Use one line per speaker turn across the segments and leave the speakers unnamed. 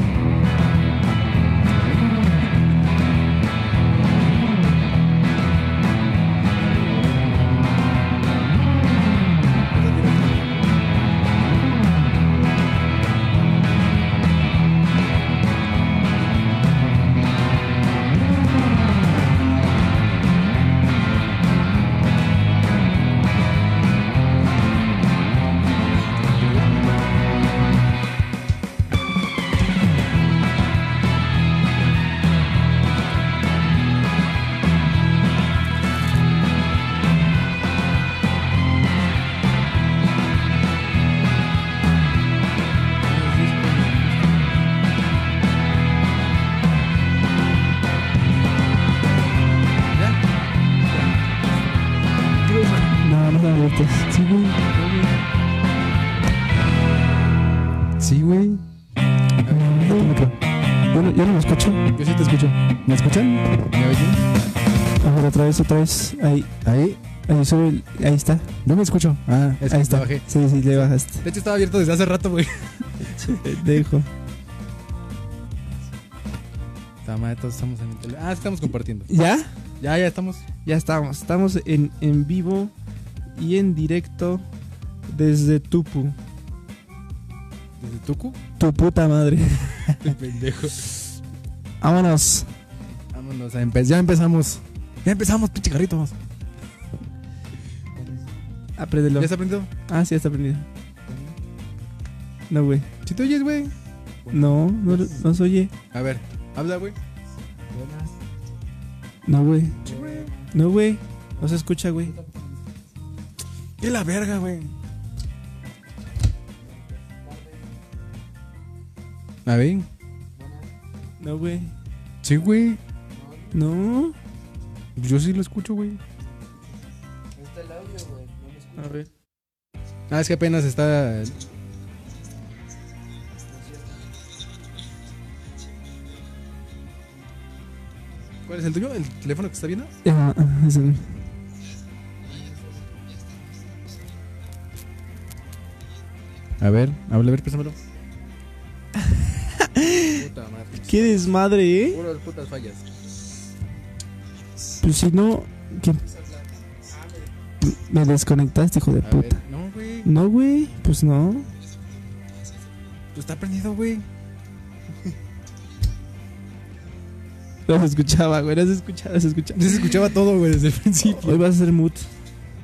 Ah, pues.
Yo, no- yo no me escucho.
Yo sí te escucho.
¿Me escuchan?
¿Me oyen?
A ver, otra vez, otra vez. Ahí,
Ahí.
ahí sube el- Ahí está.
No me escucho.
Ah,
Es que
ahí
le
está.
bajé.
Sí, sí, le bajaste.
De hecho, estaba abierto desde hace rato, güey. Eh,
Dejo.
Está mal, todos estamos en el tele. Ah, estamos compartiendo.
¿Ya?
Ya, ya estamos.
Ya estamos. Estamos en, en vivo y en directo desde Tupu.
¿Desde Tuku?
Tu puta madre.
Qué pendejo.
Vámonos.
Vámonos, a empe- ya empezamos. Ya empezamos, pinche carritos.
Apréndelo.
¿Ya está prendido?
Ah, sí, ya está prendido. No, güey.
¿Sí te oyes, güey?
No, no, no se oye.
A ver, habla, güey.
No, güey. No, güey. No se escucha, güey.
¡Qué la verga, güey! A ver.
No, güey.
Sí, güey.
No.
Yo sí lo escucho, güey.
A ver.
Ah, es que apenas está. ¿Cuál es el tuyo? ¿El teléfono que está viendo?
Ya, ah, es el-
A ver, habla, a ver, pésamelo. Puta madre.
Qué desmadre, eh.
Puro putas fallas.
Pues si no. ¿qué? Me desconectaste, hijo de
A ver,
puta.
no, güey.
No, güey. Pues no.
Pues está prendido, güey.
No se escuchaba, güey. No se escuchaba, no se escuchaba.
Se escuchaba todo, güey, desde el principio.
Hoy vas a hacer mood.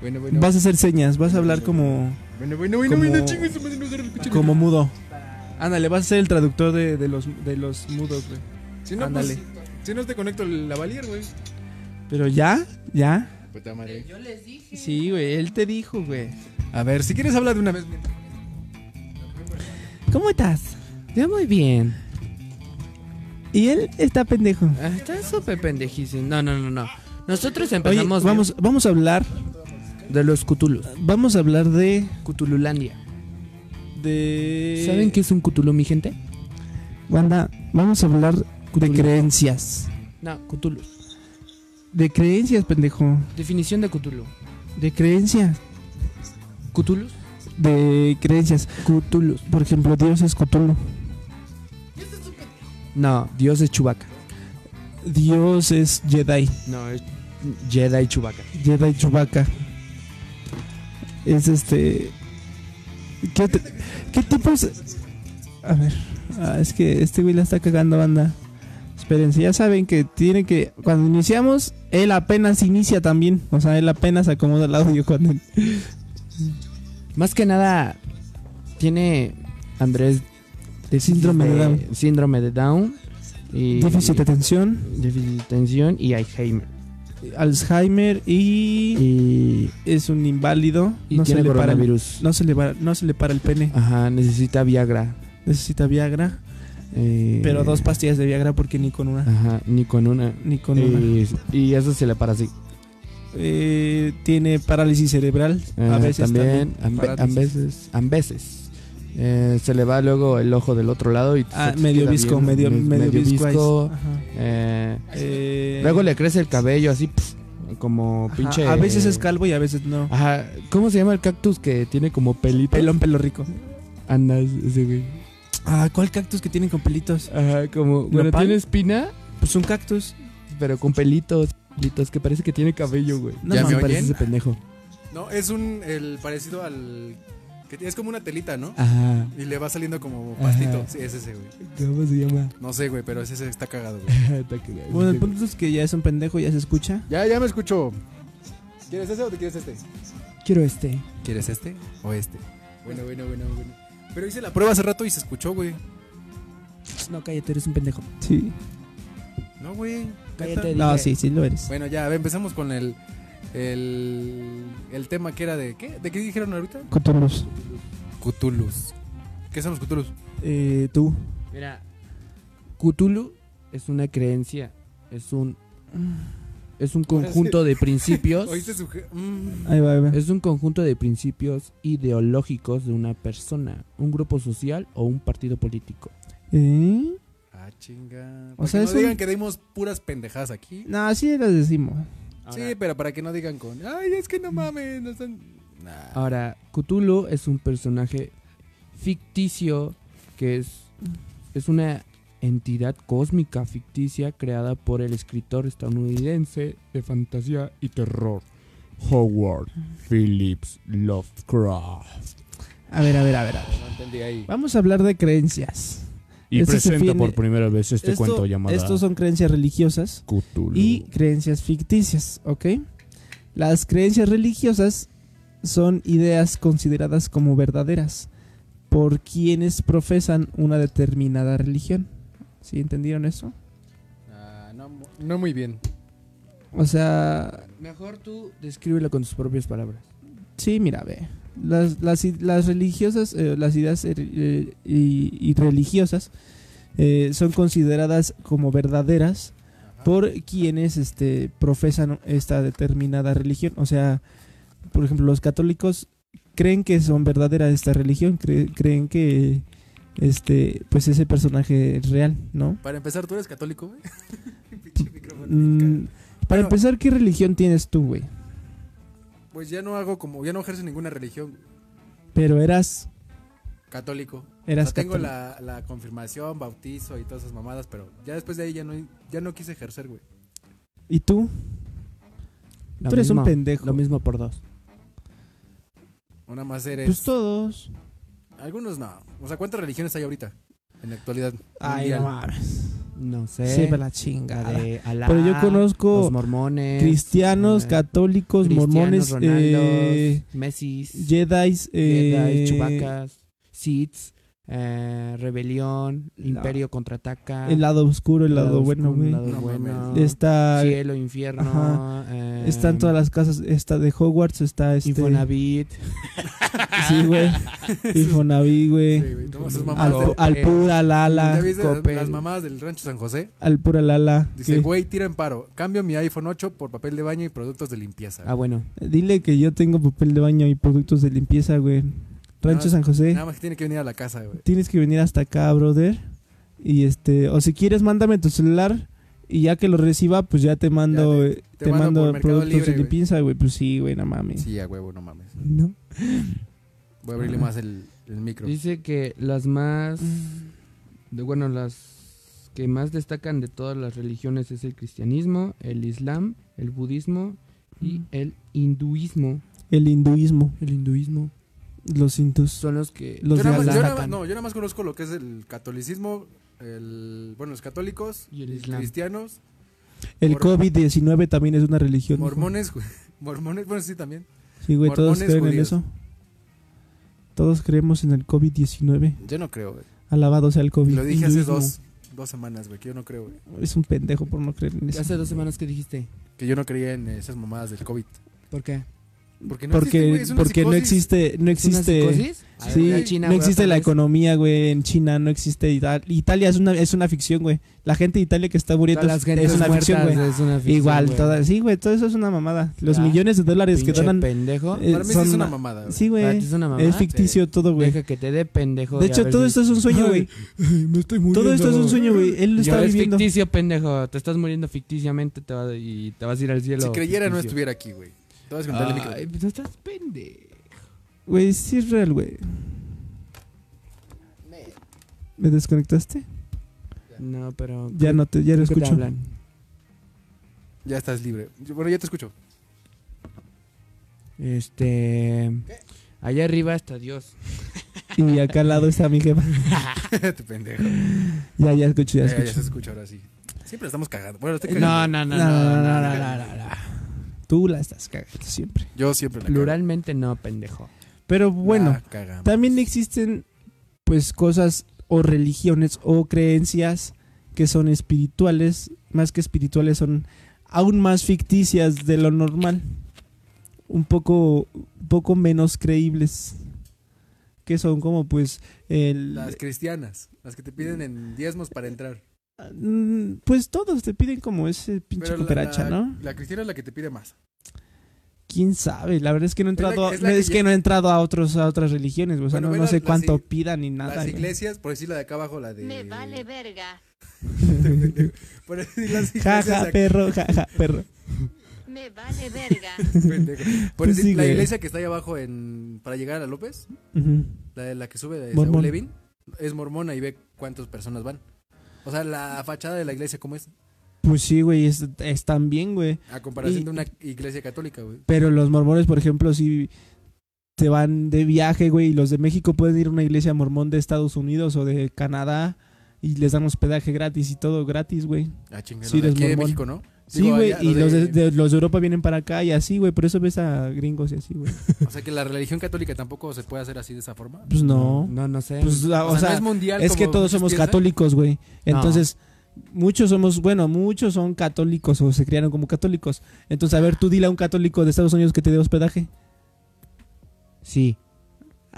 Bueno, bueno.
Vas a hacer señas. Vas a hablar como.
Bueno, bueno, bueno,
Como-
bueno, chingo, eso me no agarra el cuchillo.
Como mudo. Ándale, vas a ser el traductor de, de los, de los mudos, güey.
Si no,
Ándale.
pues, si no te conecto la valier, güey.
Pero ya, ya.
Puta madre.
Sí, güey. Él te dijo, güey.
A ver, si quieres habla de una vez mientras.
¿Cómo estás? Yo muy bien. Y él está pendejo.
Ah, Está súper pendejísimo. No, no, no, no. Nosotros
Oye,
empezamos
vamos, vamos a hablar.
de los Cthulhu.
Vamos a hablar de.
Cthululandia.
de.
¿Saben qué es un Cthulhu, mi gente?
Banda, vamos a hablar de
Cthulhu.
creencias.
No, Cthulhu.
De creencias, pendejo.
Definición de Cthulhu.
De creencias.
Cthulhu.
De creencias. Cthulhu. Por ejemplo, Dios es Cthulhu.
No, Dios es Chewbacca.
Dios es Jedi.
No, es Jedi Chewbacca.
Jedi Chewbacca. Es este. ¿Qué, te- qué tipos.? A ver. ah, es que este güey la está cagando, banda. Espérense, ya saben que tiene que. Cuando iniciamos, él apenas inicia también. O sea, él apenas acomoda el audio cuando.
Más que nada, tiene Andrés de
Síndrome de Down.
Síndrome de Down. Y
Déficit de atención,
déficit de atención y Alzheimer.
Alzheimer y.
Y,
Es un inválido.
y
no, se
tiene
le para el,
coronavirus. Ah.
no, se le va- no se le para el pene.
Ajá, necesita Viagra.
Necesita Viagra.
eh,
Pero dos pastillas de Viagra porque ni con una.
Ajá, ni con una.
Ni con una.
Y, y eso se le para así.
Eh, tiene parálisis cerebral. a
Eh,
veces también.
también. ambe-
parálisis.
a veces. A veces. Eh, se le va luego el ojo del otro lado y
Ah,
se te
medio
queda
visco,
bien,
medio,
me-
medio, visco.
visco.
Ajá.
Eh,
Eh,
luego le crece el cabello así, pf, como
ajá,
pinche. Ah,
A veces es calvo y a veces no.
Ajá, ¿cómo se llama el cactus que tiene como pelito?
Pelón, pelo rico.
Anda, ese güey.
Ah, ¿cuál cactus que tienen con pelitos?
Ajá, como. Bueno,
¿Nopal?
tiene espina,
Pues un cactus.
pero con pelitos. Pelitos, que parece que tiene cabello, güey.
No
¿Ya
mames.
me oyen?
parece ese pendejo.
No, es un el parecido al que t- es como una telita, ¿no?
Ajá.
Y le va saliendo como pastito.
Ajá.
Sí, es ese, güey.
¿Cómo se llama?
No sé, güey, pero ese, ese está cagado, güey.
Está cagado.
Bueno, el punto es que ya es un pendejo, ya se escucha.
Ya, ya me escucho. ¿Quieres ese o te quieres este?
Quiero este.
¿Quieres este o este? Bueno, bueno, bueno, bueno. Pero hice la prueba hace rato y se escuchó, güey.
No, cállate, eres un pendejo.
Sí.
No, güey.
Cállate. Te
No,
dije.
sí, sí lo eres.
Bueno, ya, a ver, empezamos con el, el el tema que era de ¿qué? ¿De qué dijeron ahorita?
Cotorros.
Cutulus. ¿Qué son los cutulus?
Eh, tú.
Mira, Cthulhu es una creencia, es un es un conjunto de principios,
¿Oíste su je- Mm.
Ahí va, ahí va.
es un conjunto de principios ideológicos de una persona, un grupo social o un partido político.
¿Eh?
Ah, chinga.
O
O sea,
sea,
no
es
digan
un-
que dimos puras pendejadas aquí.
No, así las decimos.
Sí, pero para que no digan con, ay, es que
Mm.
no mames, no están... Nah.
Ah.
Ahora, Cthulhu es un personaje ficticio que es, es una entidad cósmica ficticia creada por el escritor estadounidense de fantasía y terror, Howard Phillips Lovecraft.
A ver, a ver, a ver, a ver.
No entendí ahí.
Vamos a hablar de creencias.
Y
Eso se
presenta
viene-
por primera vez este
Esto-
cuento llamado
Estos son creencias religiosas.
Cthulhu.
y creencias ficticias, ¿ok? Las creencias religiosas son ideas consideradas como verdaderas por quienes profesan una determinada religión. ¿Sí entendieron eso?
Ah, no, mu- no muy bien.
O sea,
Mejor tú descríbelo con tus propias palabras.
sí, mira, ve. Las, las, i- las religiosas, eh, las ideas eh, eh, y, y religiosas eh, son consideradas como verdaderas por quienes este, profesan esta determinada religión. O sea, por ejemplo, los católicos creen que son verdadera esta religión, cre- creen que este, pues ese personaje es real, ¿no?
Para empezar, ¿tú eres católico, güey?
Mm, para
Bueno.
empezar, ¿qué religión tienes tú, güey?
Pues ya no hago como, ya no ejerzo ninguna religión
Pero eras,
católico.
eras
O sea, tengo
católico.
la, la confirmación, bautizo y todas esas mamadas, pero ya después de ahí ya no, ya no quise ejercer, güey.
¿Y tú?
Lo
Tú eres un
mismo-
pendejo.
Lo mismo por dos.
Una más eres.
Pues todos.
Algunos no. O sea, ¿cuántas religiones hay ahorita? En la actualidad.
Ay,
Mundial.
no mames.
No sé.
Sí, para la
La
chingada.
de Alá,
Pero yo
los
conozco
mormones,
cristianos,
eh,
católicos,
cristianos,
mormones, eh,
Ronaldos, Messis,
Jedi, eh,
Jedi, Chubacas, Sith, eh, Rebelión, Imperio contraataca.
El lado oscuro, el lado, bueno,
oscuro,
güey.
El lado
No
bueno.
mames.
Está,
Cielo, infierno.
Ajá.
eh,
están todas las casas, está de Hogwarts, está este.
Infonavit.
Sí, güey. Infonavit, güey.
Sí, güey. No, esas mamadas.
Al,
del-
al pura
¿Ya
Lala.
viste las-
Coppel.
las mamadas del rancho San José?
Al pura Lala.
Dice,
¿Qué?
güey, tira en paro. Cambio mi iPhone 8 por papel de baño y productos de limpieza.
Ah, bueno.
Dile que yo tengo papel de baño y productos de limpieza, güey. Rancho
No,
San José.
Nada más que tiene que venir a la casa, güey.
Tienes que venir hasta acá, brother. Y este, o si quieres, mándame tu celular. Y ya que lo reciba, pues ya te mando, eh, te,
te mando
mando,
por Mercado
productos
Libre,
de
güey.
limpieza, güey. Pues sí, güey, no mames.
Sí, a huevo, no mames.
¿No?
Voy a abrirle más el, el micro.
Dice que las más.
Mm.
de- bueno, las que más destacan de todas las religiones es el cristianismo, el islam, el budismo y
Ujú.
el hinduismo.
El hinduismo,
El hinduismo.
los hindús.
Son los que.
Los
yo, nada
de
más, yo
Alá.
nada más- no, yo nada más conozco lo que es el catolicismo, el, bueno, los católicos,
Y el
los
Islam.
cristianos,
El
Mor-
COVID-19 también es una religión. hijo.
mormones, güey. mormones, bueno, sí también.
Sí, güey, todos
mormones
creen en
judíos.
eso. Todos creemos en el COVID-19.
Yo no creo, güey.
Alabado sea el COVID.
Lo dije hace
Hinduismo.
dos, dos semanas, güey, que yo no creo, güey.
Es un pendejo por no creer en eso.
Hace dos semanas que dijiste.
Que yo no creía en esas mamadas del COVID.
¿Por qué?
Porque no
Porque,
existe, güey, es una
porque no
psicosis.
existe, no
¿Es una
existe.
psicosis?
Sí,
Ay,
güey,
China,
no
güey,
existe
otra
la
vez.
economía, güey, en China, no existe Italia. Italia es una, es una ficción, güey. La gente de Italia que está muriendo
Todas las
es, es
gentes
una
muertas,
ficción, güey.
es una ficción,
Igual,
güey.
toda- sí, güey, todo eso es una mamada. Los
Ya.
millones de dólares
Pinche
que donan.
pendejo.
eh,
Para mí sí es
son-
una mamada, güey.
Sí,
Para
güey.
ti es una mamada.
Es ficticio todo, güey.
Deja que te dé pendejo.
De
y a
hecho,
ver
todo
si-
esto es un sueño, güey.
Me estoy muriendo.
Todo esto es un sueño, güey. Él lo
Yo,
está
es
viviendo.
ficticio, pendejo. Te estás muriendo ficticiamente te va- y te vas a ir al cielo.
Si creyera no
ficticio.
estuviera aquí, güey. Te vas a contar el micro.
Ay, pues no estás pendejo.
Güey, sí es real, güey. ¿Me desconectaste?
No, pero.
Ya no te, ya lo
creo que te
escucho.
hablan.
Ya estás libre. Yo- Bueno, ya te escucho.
Este. Allá arriba está Dios.
Y acá al lado está mi jefa.
Te pendejo.
Ya, ya escucho, ya
Eh, Ya, ya,
escucho. Eh,
se escucha ahora sí. Siempre la estamos cagando. Bueno, la estoy
No,
cagando.
no, no,
No, no, no,
no,
no, no, no. Tú la estás cagando siempre.
Yo siempre la
Pluralmente no, pendejo.
Pero
cago.
bueno,
La cagamos.
también existen pues cosas o religiones o creencias que son espirituales, más que espirituales son aún más ficticias de lo normal, un poco, un poco menos creíbles, que son como pues el,
Las cristianas, las que te piden en diezmos para entrar.
Mm, pues todos te piden como ese pinche
Pero la-
cooperacha,
la,
¿no?
La cristiana es la que te pide más.
Quién sabe, la verdad es que no he
Es la-
entrado,
es
es,
la que
es que
lle-
no he entrado a otros a otras religiones, o sea,
Bueno,
no,
ve
no
las-
sé
las
cuánto
ig-
pidan ni nada. ¿eh?
las
güey. este,
iglesias, por decir la de acá abajo, la de.
Me vale verga.
Por decir las
Ja,
iglesias
ja,
ac-
perro, ja, ja, perro.
Me vale verga.
pendejo. Por
Tú
decir, la
sigue.
iglesia que está ahí abajo en para llegar a López,
Ujú.
la de la que sube de
Mormón.
Saúl Levin, es mormona y ve cuántas personas van. O sea, la fachada de la iglesia cómo es
Pues sí, güey, es- están bien, güey.
a comparación
Y-
de una iglesia católica, güey.
Pero los mormones, por ejemplo, sí se van de viaje, güey, y los de México pueden ir a una iglesia mormón de Estados Unidos o de Canadá y les dan hospedaje gratis y todo gratis, güey.
Ah, chingada,
Sí,
de
eres
aquí de
mormón.
México, ¿no?
Sí,
Digo,
güey,
allá,
y
lo
los
de-
de, de- los de Europa vienen para acá y así, güey, por eso ves a gringos y así, güey.
O sea, que la religión católica tampoco se puede hacer así de esa forma.
Pues no.
No, no sé.
Pues, ah, o sea,
no es mundial.
es que
como
todos
muchos
somos
piensan.
católicos, güey.
No.
Entonces, muchos somos, bueno, muchos son católicos o se criaron como católicos. Entonces, a ver, tú dile a un católico de Estados Unidos que te dé hospedaje.
sí.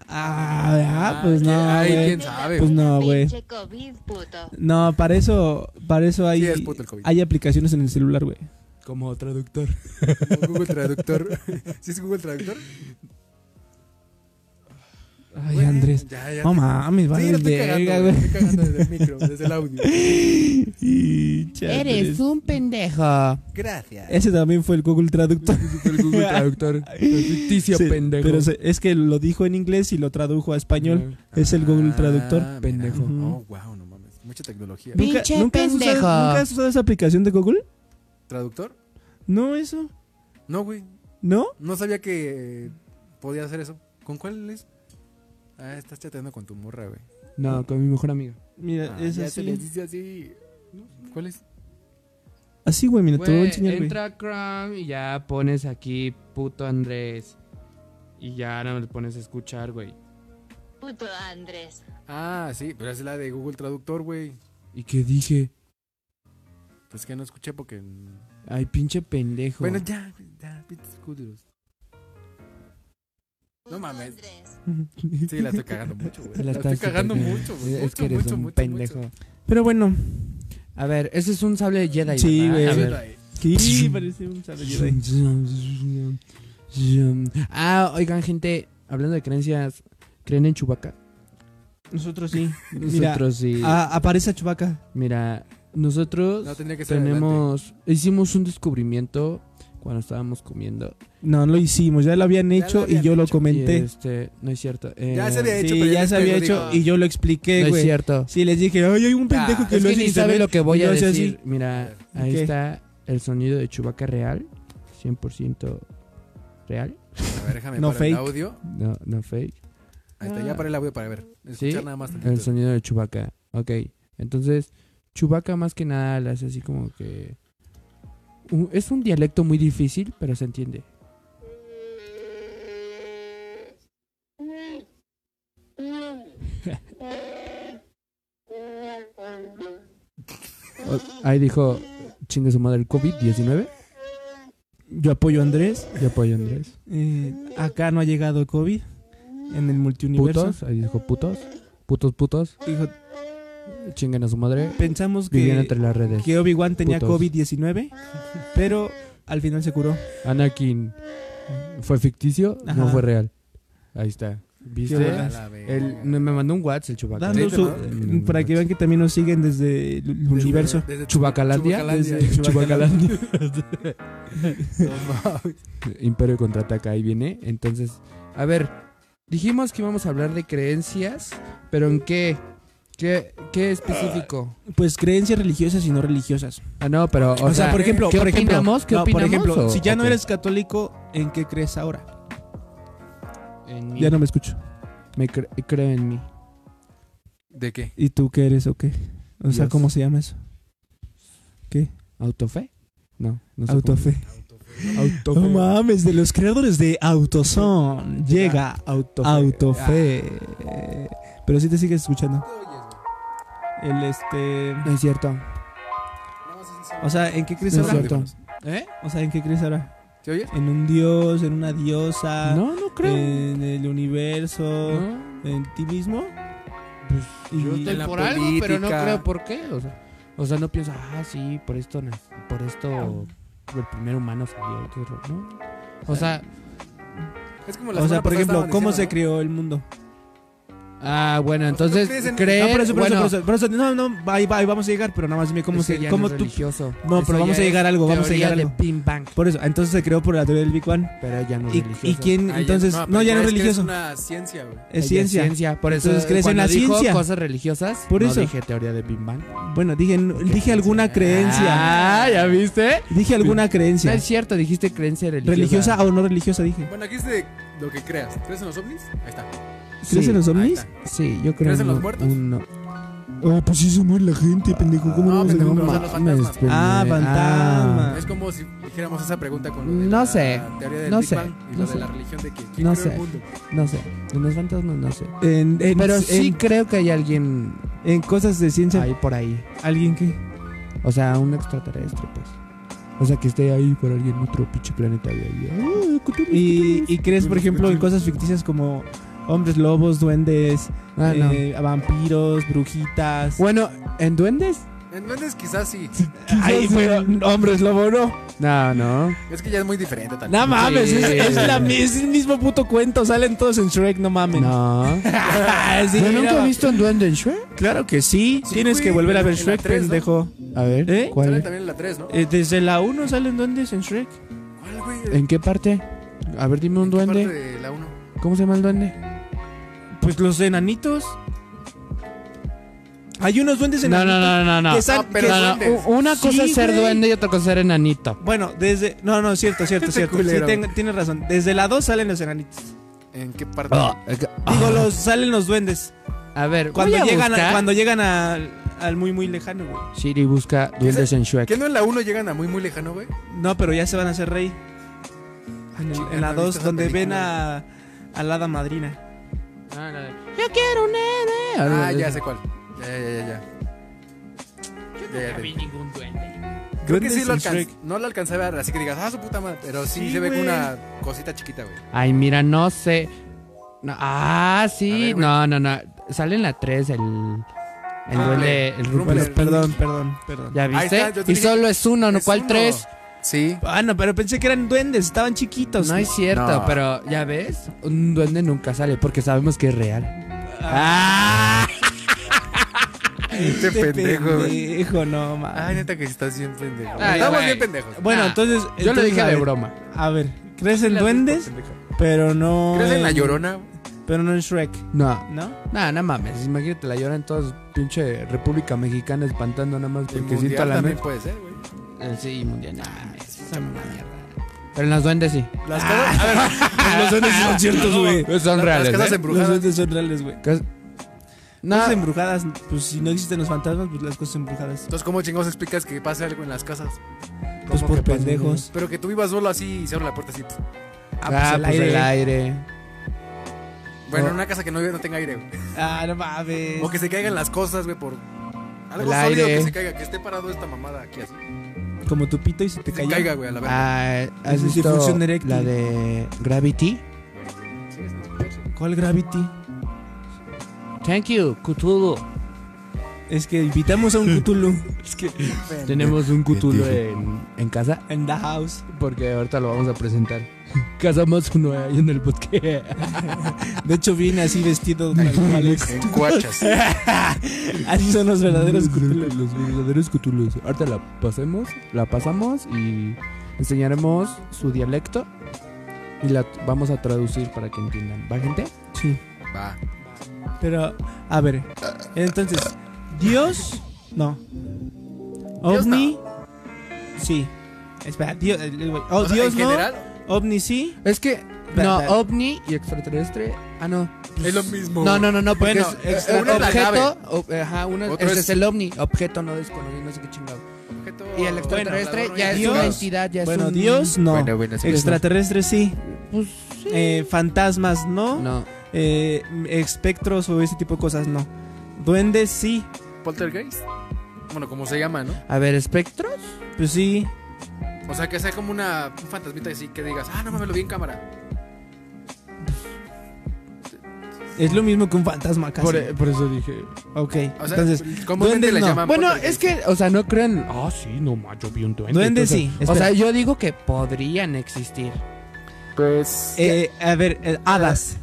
Ah, ah,
Ah,
pues no,
ay,
güey.
quién sabe,
Pues no, güey.
Pinche COVID, puto.
No, para eso, para eso hay,
Sí, es puto el COVID.
hay aplicaciones en el celular, güey.
Como traductor.
Como Google Traductor. ¿Sí es Google Traductor?
Ay,
Güey,
Andrés.
Ya, ya.
No mames,
sí,
vale
lo estoy
verga,
cagando,
güey.
güey. Estoy cagando desde el micro, desde el audio.
Y chale.
un pendejo.
Gracias.
Ese también fue el Google Traductor.
Super Google Traductor. Ficticio
Sí,
pendejo.
Pero se- es que lo dijo en inglés y lo tradujo a español.
Ah,
Es el Google Traductor.
mira.
Pendejo.
Oh, wow, no mames. Mucha tecnología.
Bien.
¿Nunca,
Pinche
nunca has usado,
pendejo.
nunca has usado esa aplicación de Google?
¿Traductor?
No, eso.
No, güey.
¿No?
No sabía que eh, podía hacer eso. ¿Con cuál es? Ah, estás chateando con tu morra, güey.
No, con mi mejor amiga.
Mira,
Ah,
Eh, es
ya se les
así.
dice así. ¿Cuál es?
Así, güey, mira, te lo voy a
Güey,
enseñar, güey.
entra Chrome y ya pones aquí puto Andrés. Y ya no le pones a escuchar, güey.
Puto Andrés.
Ah, sí, pero es la de Google Traductor, güey.
¿Y qué dije?
Pues que no escuché porque. mm,
Ay, pinche pendejo.
Bueno, ya, güey, ya, pinches culeros. No mames.
Andrés.
Sí, la estoy cagando mucho, güey.
Te
La,
estás
estoy cagando
supercagando.
mucho, güey.
Es
mucho,
que eres
mucho,
un
mucho,
pendejo.
mucho.
Pero bueno.
A ver, ese es un sable de Jedi.
Sí,
¿verdad?
güey.
A
Sí,
ver.
güey.
Sí, parece un sabe Jedi.
Ah, oigan, gente, hablando de creencias, ¿creen en Chubaca?
Nosotros sí. Mira,
Nosotros sí.
a- aparece Chubaca.
Mira, ah, nosotros
No tendría que ser. adelante.
tenemos. Hicimos un descubrimiento cuando estábamos comiendo.
No, no lo hicimos, ya lo habían
Ya lo
hecho
habían
y yo lo
hecho.
Y,
comenté.
este, no es cierto. eh,
Ya se había hecho,
sí,
pero
ya se había
después lo
hecho
digo.
y yo lo
No
expliqué,
es
güey.
cierto.
sí, les dije, ay, hay un pendejo
Ah,
que
es
lo
que
hace
ni
en
sabe
internet".
lo que voy
y
a
lo hace así.
decir. Mira, ahí
¿Qué?
está el sonido de Chubaca real. 100% real.
A ver, déjame
No
parar
fake.
el audio.
No, no fake.
Ahí está, ya para el audio para ver.
Sí,
Escuchar nada más.
El
tantito.
sonido de Chubaca. Ok. Entonces, Chubaca más que nada le hace así como que. un- es un dialecto muy difícil, pero se entiende. O- Ahí dijo, chingue su madre el COVID-19.
Yo apoyo a Andrés.
Yo apoyo a Andrés.
eh, acá no ha llegado COVID en el multiuniverso.
Putos. Ahí dijo putos. Putos, putos.
Dijo,
Chinguen a su madre.
pensamos
Vivían
que,
entre las redes.
que Obi-Wan tenía
Putos.
COVID-19, pero al final se curó.
Anakin fue ficticio, no
Ajá.
fue real. Ahí está. ¿Viste?
Qué
A
bolas.
la verga.
Él me mandó un WhatsApp el Chubaca.
Dando
Sí,
su-
¿no?
eh, para
Mm,
que vean que también nos siguen desde el
Desde-
universo.
desde
Chubacalandia.
Chubacalandia.
Desde
Chubacalandia.
No mames.
Imperio contraataca, ahí viene. Entonces, a ver, dijimos que íbamos a hablar de creencias, pero ¿en qué? ¿Qué, qué específico?
Pues creencias religiosas y no religiosas.
Ah, no, pero, o,
O, sea, por ejemplo,
¿qué
por ejemplo,
opinamos? ¿Qué
no, por
opinamos
ejemplo,
o-
si ya no
ok?
eres católico, ¿en qué crees ahora?
en mí,
Ya no me escucho.
me cre- creo en mí.
¿De qué?
¿Y tú qué eres o qué? O sea,
Dios.
¿cómo se llama eso?
¿Autofe? No, no sé cómo-
Autofe.
Autofe.
No mames, de los creadores de Autoson llega
Autofe. Ah.
Autofe. Pero si te sigues escuchando. El este,
No es cierto.
o sea, ¿en qué crees
No es
ahora?
cierto. ¿Eh?
O sea, ¿en qué crees ahora?
¿Se oye?
¿En un dios, en una diosa,
No, no creo.
en el universo,
No. Pues,
en ti mismo? Y-
Yo estoy
en la
por algo, pero no
política.
creo por qué. O sea, o sea, no pienso, ah, sí, por esto, na- por esto el primer humano salió. y todo el rollo", ¿no? O sea,
Es como la
O
semana
sea, por
pasada
ejemplo,
estaban
¿cómo
diciendo,
se
Eh,
creó el mundo?
¿no?
Ah, bueno, entonces
crees en-
cree.
No, por eso, por
bueno,
eso, por eso, por eso, no, no, ahí, va- ahí vamos a llegar, pero nada más dime cómo,
es que
se,
ya
cómo
no es
tú...
religioso.
No,
Eso
pero vamos
ya
a llegar
es
a algo, vamos a
teoría
llegar a
de
algo.
Ping Bang,
Por eso, entonces se creó por la teoría del Big Bang.
pero ya no es
¿Y,
religioso.
y quién,
Ah, ya-
entonces? no,
pero
ya no es
que
religioso,
Es una ciencia, güey.
Ella
es ciencia.
Por eso
Entonces crees en
cuando
la
dijo
ciencia.
cosas religiosas,
Por
no
eso.
dije teoría de Big Bang.
Bueno, dije, dije alguna creencia.
Ah, ¿ya viste?
Dije alguna
No
creencia.
es cierto, dijiste creencia religiosa.
Religiosa o no religiosa, dije.
Bueno, aquí es de lo que creas. ¿Crees en los ovnis? Ahí está.
¿Crees
Sí,
en los
Ahí
ovnis?
está.
Sí, yo creo
¿Crees en los
un-
muertos?
un no.
Ah, pues sí, somos la gente, pendejo.
¿cómo No, vamos a pendejo,
No
pero son los fantasmas.
mames,
Ah,
pendejo.
fantasma.
Es como si dijéramos esa pregunta con lo de
No
la
sé,
teoría del
no
Big
sé,
Bang y
no
lo
sé.
de la religión de que ¿quién
No
creó
sé.
el mundo?
Ah, no sé, en los fantasmas no sé.
En, en-
Pero sí
en-
creo que hay alguien
en cosas de ciencia,
ahí por ahí.
alguien que.
O sea, un extraterrestre, pues. O sea, que esté ahí por alguien otro pinche planeta. de ahí. Ah, Cthulhu,
¿eh? Y,
Cthulhu.
y crees, por ejemplo, en cosas ficticias como hombres lobos, duendes,
Ah, no.
eh, vampiros, brujitas.
Bueno, ¿en duendes?
En duendes quizás sí.
Ay, pero hombres lobo, no.
No, no.
Es que ya es muy diferente también.
No mames,
Sí.
es, es la- es el mismo puto cuento. Salen todos en Shrek, no mames. Ah,
No.
Sí,
Yo nunca
mira.
he visto un duende en Shrek.
Claro que sí.
Sí,
Tienes
güey,
que volver a
en-
ver
en la
Shrek,
tres, ¿no?
pendejo.
A ver,
¿Eh?
¿cuál?
Sale
es?
también en la 3, ¿no?
Eh, desde la 1 salen duendes en Shrek.
¿Cuál, güey?
¿En qué parte? A ver, dime un
¿En qué
duende.
parte de la 1?
¿Cómo se llama el duende?
Pues los enanitos. Hay unos duendes
No, no,
enanitos.
no, no, no.
que sal-
No, pero
que-
no, no.
U- Una
Sí,
cosa es ser
güey.
duende y otra cosa es ser enanito.
Bueno, desde. No, no, cierto, cierto,
Este
cierto. Sí,
culero.
ten- tienes razón. Desde la 2 salen los enanitos.
¿En qué parte?
Ah,
Digo, los, salen los duendes.
A ver,
Cuando llegan, a-
buscar.
cuando llegan al, al muy, muy lejano, güey.
Siri busca duendes en Shrek.
¿Qué no en la 1 llegan a muy muy lejano, güey?
No, pero ya se van a hacer rey.
Ah,
En, el-
chica,
en la
no he visto
2,
esa
donde ven
película.
a, a la hada madrina.
Ah, no, Yo quiero un héroe.
Ah, ya sé cuál. Ya, ya, ya, ya. Yo ya, ya, ya.
ningún duende.
Creo que sí
Duendes
lo
en
alcanz...
Shrek.
No lo alcancé a ver, así que digas, ah, su puta madre. Pero sí,
Sí,
se ve con
güey.
una cosita chiquita, güey.
Ay, mira, no sé. No, ah,
A
sí.
ver, güey.
no, no, no. Sale en la 3 el, el
Ah,
duende.
el
El
Rumpler.
Bueno,
Rumpler.
Pero-
perdón, perdón, perdón.
¿Ya
Ahí está,
viste?
yo te
y
dije,
solo es uno, ¿no?
Es
¿Cuál
uno.
tres?
Sí.
Ah, no, pero pensé que eran duendes, estaban chiquitos.
No es cierto,
No.
pero ya ves, un duende nunca sale porque sabemos que es real. ¡Ah!
Este
Este
pendejo, güey.
pendejo, no, mames.
Ay, neta que estás bien pendejo.
Ay,
Estamos
güey.
bien pendejos.
Bueno,
Nah,
entonces.
Yo lo
entonces,
dije
a
de
ver,
broma.
A ver, crees en
Las
duendes,
mismas pendejas.
pero no.
¿Crees en la llorona?
Pero no en Shrek,
No,
¿no?
no, no mames. Imagínate, la lloran todos pinche República Mexicana espantando nada más
El
porque sienta
mundial
la
también
noche.
puede ser, güey.
Eh, Sí, mundial. Nah, mames, esa mierda. Pero en las duendes sí.
Las casas, a ver,
Ah,
pues, Los duendes son ciertos, güey.
Son
las
reales.
casas
¿eh?
Los
embrujadas.
duendes son reales, güey.
Cas- No,
Cosas embrujadas, pues si no existen los fantasmas, pues las cosas embrujadas.
Entonces, ¿cómo chingados explicas que pasa algo en las casas?
Pues
¿Cómo
por
que pasa,
pendejos.
Pero que tú vivas solo así y se abre la puerta así. pf.
ah, pues el aire.
Bueno,
No.
en una casa que no, no tenga aire, güey.
Ah, no mames.
O que se caigan las cosas, güey, por. Algo
El
sólido
aire.
que se caiga, que esté parado esta mamada aquí así.
Como tu pito y se
Que
te
se
cayó.
caiga, güey, a la verga.
Ah, ¿Has
Sí, sí,
visto
funciona eréctil.
la de Gravity?
Sí, sí, sí, sí.
¿Cuál Gravity?
Thank you, Cthulhu.
Es que invitamos a un Cthulhu
Tenemos un Cthulhu en, en casa
en the house.
porque ahorita lo vamos a presentar. Casamos uno ahí en el bosque.
De hecho, viene así vestido tal cual es.
En cuachas.
Así son los verdaderos Cthulhu.
Los verdaderos Cthulhu. Ahorita la pasemos, la pasamos y enseñaremos su dialecto y la t- vamos a traducir para que entiendan. ¿Va, gente?
Sí.
Va.
Pero, a ver. Entonces, Dios. No.
Dios
Ovni. Sí. Espera, Dios. eh, güey. Oh,
O sea,
Dios
en
no.
general,
Ovni sí.
Es que
Ve-
no,
ve-
ovni y extraterrestre. Ah, no.
es lo mismo.
No, no, no, no, porque
Bueno,
es,
extra-
un
una es la
objeto, o- ajá, uno,
Otro
ese es,
es-
el ovni, objeto no desconocido, no sé qué chingado.
Objeto
Y el extraterrestre
volador,
ya es
Dios.
una entidad, ya es
Bueno,
un-
Dios no.
Bueno, bueno, sí.
Extraterrestres sí.
Pues sí.
Eh, fantasmas no.
no.
Eh, espectros o ese tipo de cosas no. Duendes sí.
Poltergeist. Bueno, como se llama, ¿no?
A ver, espectros.
Pues sí.
O sea, que sea como una, un fantasmita así que digas, ah, no mames, lo vi en cámara.
Es lo mismo que un fantasma casi.
eso dije.
Ok.
O sea,
Entonces,
comúnmente
duendes
le
no.
llaman.
Bueno,
poltergeist.
es que, o sea, no crean. Ah, sí, no más, yo vi un duende.
Duende,
entonces-
sí,
O
espera.
sea, yo digo que podrían existir.
Pues.
Eh,
eh, a ver, eh, hadas.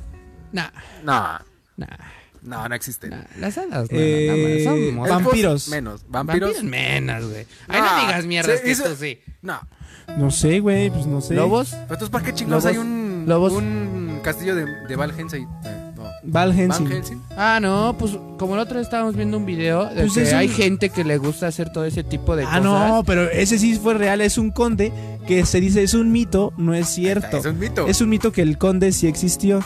Nah,
Nah.
nah.
No, no existen.
Nah, las hadas, no,
Eh,
no, no, son
Vampiros.
El
mor-
post- Menos. Vampiros.
Vampiros menos, güey. Ay, no
Ah,
digas mierdas
sí,
que
eso-
esto sí.
No.
No sé, güey, pues no sé.
¿Lobos?
Pero entonces, ¿para qué chingados
Lobos-
hay un,
lobos.
un castillo de, de Val Hensey? Eh, no.
Val Hensing.
Van Helsing.
Ah, no, pues como el otro día estábamos viendo un video de
Pues
que
es
hay
un-
gente que le gusta hacer todo ese tipo de
Ah,
cosas.
no, pero ese sí fue real. Es un conde que se dice es un mito, no es cierto.
Es un mito.
Es un mito que el conde sí existió,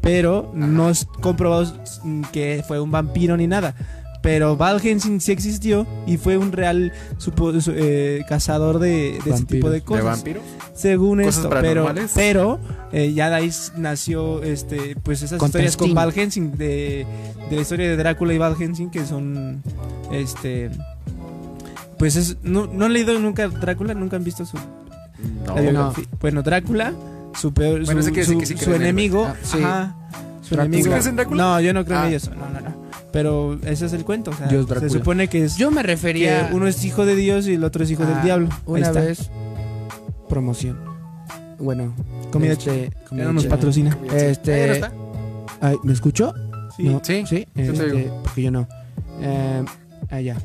pero no es comprobado mm, que fue un vampiro ni nada. Pero Val Hensing sí existió y fue un real supo- su- eh, cazador de, de ese
Vampiros.
tipo de
¿De
cosas.
vampiro?
según
Cosas
esto, pero,
paranormales.
pero eh, ya de ahí s- nació este, pues esas
Con
historias con
Testing.
Val Hensing, de, de la historia de Drácula y Val Hensing, que son este pues es, no, no han leído nunca Drácula, nunca han visto su
No.
la biografía. Bueno, Drácula, su peor,
Bueno,
su,
ese quiere
su-
decir que sí
su
creen en él,
enemigo,
güey. Ah,
sí.
ajá, su
Drácula.
enemigo.
¿Sí
crees en Drácula?
No, yo no creo
Ah.
en ellos, no, no, no. Pero ese es el cuento, o sea,
Dios
se
Drácula.
supone que es
Yo me
que
refería
uno es hijo de Dios y el otro es hijo del
a
diablo. Ahí
Una
está.
vez promoción. Bueno,
Comida
este, comida
Ya no nos
china.
patrocina.
Este-
Ahí no está.
Ay, ¿me escuchó?
Sí.
No,
Sí, yo te
este,
oigo.
porque yo no. Eh, allá.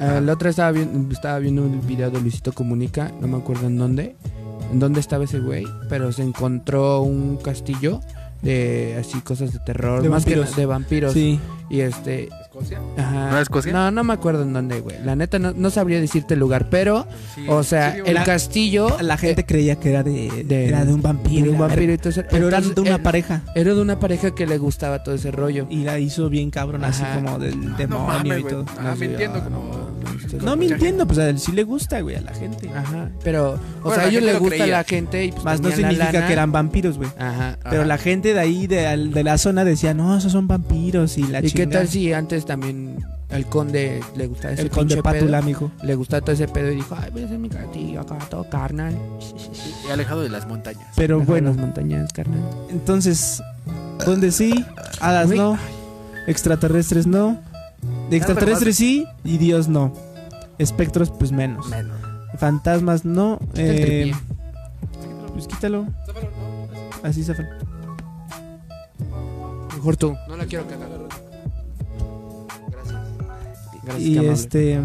El otro estaba viendo, estaba viendo un video de Luisito Comunica, no me acuerdo en dónde, en dónde estaba ese güey, pero se encontró un castillo de así cosas de terror,
De
más que
vampiros.
na- de vampiros.
Sí.
Y este,
¿Escocia?
ajá.
¿No era Escocia?
No, no me acuerdo en dónde, güey. La neta no, no sabría decirte el lugar, pero,
Sí.
o sea,
Sí,
el
la-
castillo
La gente creía que era de,
Oh, de-
era de un vampiro.
era un
la
vampiro
verga.
y todo eso.
Pero eran de
Entonces,
una
era-
pareja.
era de una pareja que le gustaba todo ese rollo.
Y la hizo bien cabrón, así
Ajá.
como del demonio
no mames,
y
güey.
todo.
Ah,
No sé,
mintiendo
ah,
como.
no,
No me entiendo, pues a él sí le gusta, güey, a la gente.
Ajá, pero, o
Bueno,
sea,
la
a ellos
gente
les
lo
gusta
creía.
la gente y pues
Más no
tenían la
significa
lana.
que eran vampiros, güey.
Ajá.
Pero la gente de ahí, de, al- de la zona, decía, no, esos son vampiros y la
¿Y qué
chingada".
tal si antes también al conde le gustaba ese
El conde
pinche
Pátula,
pedo?
mijo.
Le gustaba todo ese pedo y dijo, ay, voy a hacer mi castillo acá, todo carnal.
Y alejado de las montañas.
Pero
Bajo
bueno,
Las montañas, carnal.
entonces, donde sí, hadas
Güey.
no, extraterrestres no, de extraterrestres sí y Dios no. Espectros, pues menos.
Menos.
Fantasmas no.
Quita el
eh,
tripié.
pues quítalo. Así se fue.
Mejor tú. No la quiero cagar. Gracias. Gracias,
Y
qué amable.
este.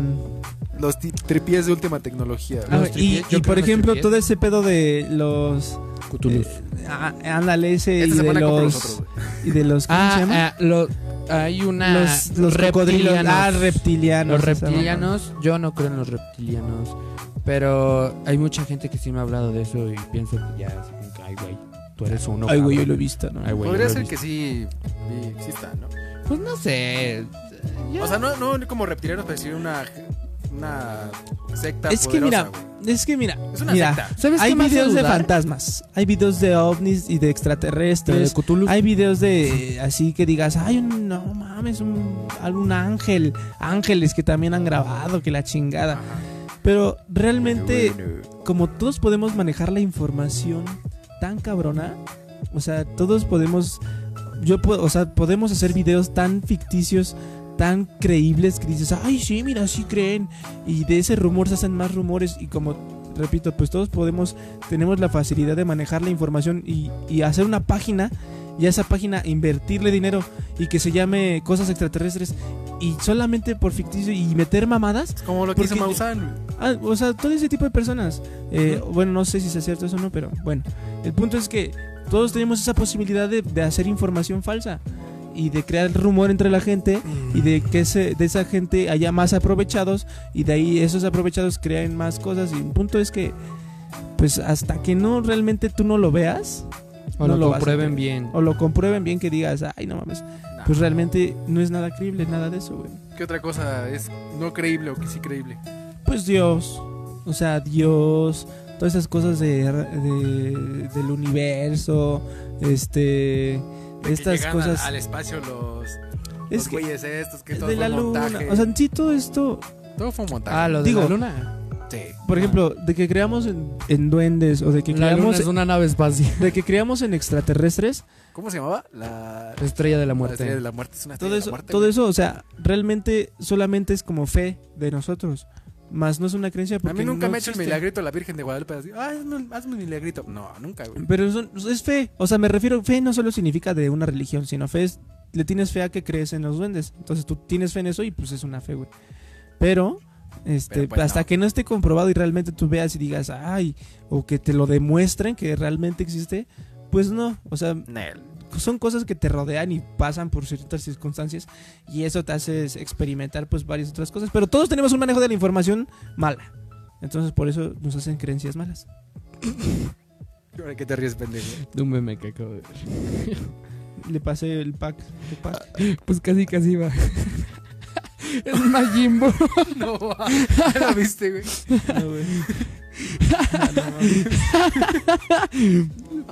Los ti- tripiés de última tecnología.
ah,
Los
y,
tripiés,
y
yo creo
por
los
ejemplo,
tripiés.
todo ese pedo de los.
Cthulhu.
eh, ah, ándale, ese. Y
Esta
de
semana compro los
los.
otros, güey.
Y de los. ¿Cómo se
ah,
llama?
ah, lo- hay una...
los los cocodrilos. Ah, reptilianos.
Los
esa mamá.
reptilianos, yo no creo en los reptilianos, pero hay mucha gente que sí me ha hablado de eso y pienso que ya es como que, ay, güey, tú eres uno.
Ay, güey, yo
cabrón".
lo he visto, ¿no?
Ay, güey, yo
Podría
lo he
ser
visto.
que sí, sí exista, ¿no?
Pues no sé. yo-
O sea, no, no como reptilianos, pero sí una, una secta.
Es que
poderosa,
mira,
güey.
Es que mira.
Es una
mira,
secta.
¿Sabes
Hay
qué me hace
videos de
dudar?
fantasmas. Hay videos de ovnis y de
De
extraterrestres.
Cthulhu.
Hay videos de eh, así que digas, ay, un- no mames, un, algún ángel, ángeles que también han grabado, que la chingada. Pero realmente, como todos podemos manejar la información tan cabrona, o sea, todos podemos, yo puedo, o sea, podemos hacer videos tan ficticios, tan creíbles que dices, ay, sí, mira, sí creen. Y de ese rumor se hacen más rumores y como, repito, pues todos podemos, tenemos la facilidad de manejar la información y, y hacer una página. Y a esa página invertirle dinero y que se llame cosas extraterrestres y solamente por ficticio y meter mamadas
Es como lo que hizo
Porque-
Maussan.
Ah, o sea, todo ese tipo de personas. Eh, Bueno, no sé si sea cierto eso o no, pero bueno. El punto es que todos tenemos esa posibilidad de, de hacer información falsa y de crear rumor entre la gente y de que ese- de esa gente haya más aprovechados y de ahí esos aprovechados crean más cosas. Y el punto es que, pues hasta que no realmente tú no lo veas
o
no
lo
lo vas a
comprueben
creer.
bien.
o lo comprueben bien que digas, ay, no mames,
Nah.
pues realmente no es nada creíble, nada de eso, güey.
¿Qué otra cosa es no creíble o que sí creíble?
Pues Dios. O sea, Dios. Todas esas cosas de, de- del universo. Este.
De que
estas
llegan
cosas.
Al, al espacio los,
es
los
que.
güeyes estos, que todo
De
fue
la
un
luna.
montaje.
O sea, en sí todo esto.
todo fue un montaje.
Ah, lo de
Digo,
la luna.
Sí.
Por ejemplo, de que creamos en, en duendes. O de que
La luna
creamos.
es una nave espacial.
De que creamos en extraterrestres.
¿Cómo se llamaba? La, la
Estrella de
estrella de
la muerte.
la muerte. Es una estrella
Todo
de
eso.
la muerte,
todo
güey.
eso. O sea, realmente solamente es como fe de nosotros. Más no es una creencia.
A
Porque
mí nunca
no
me ha hecho el
existe.
milagrito la Virgen de Guadalupe. Así, ah, hazme, un- hazme un milagrito. No, nunca, güey.
Pero son- es fe. O sea, me refiero, fe no solo significa de una religión, sino fe es le tienes fe a que crees en los duendes. Entonces tú tienes fe en eso y pues es una fe, güey. Pero, este,
Pero, pues,
hasta
no.
que no esté comprobado y realmente tú veas y digas, ay, o que te lo demuestren que realmente existe, pues no. O sea,
Nel.
son cosas que te rodean y pasan por ciertas circunstancias y eso te hace experimentar pues varias otras cosas. Pero todos tenemos un manejo de la información mala. Entonces por eso nos hacen creencias malas.
Ahora que te ríes, pendejo.
De un meme que acabo de ver.
Le pasé el pack. el pack.
Pues casi, casi va. es Majin Buu.
No, ah, ya lo viste, güey.
No, güey. Ah, no, mames.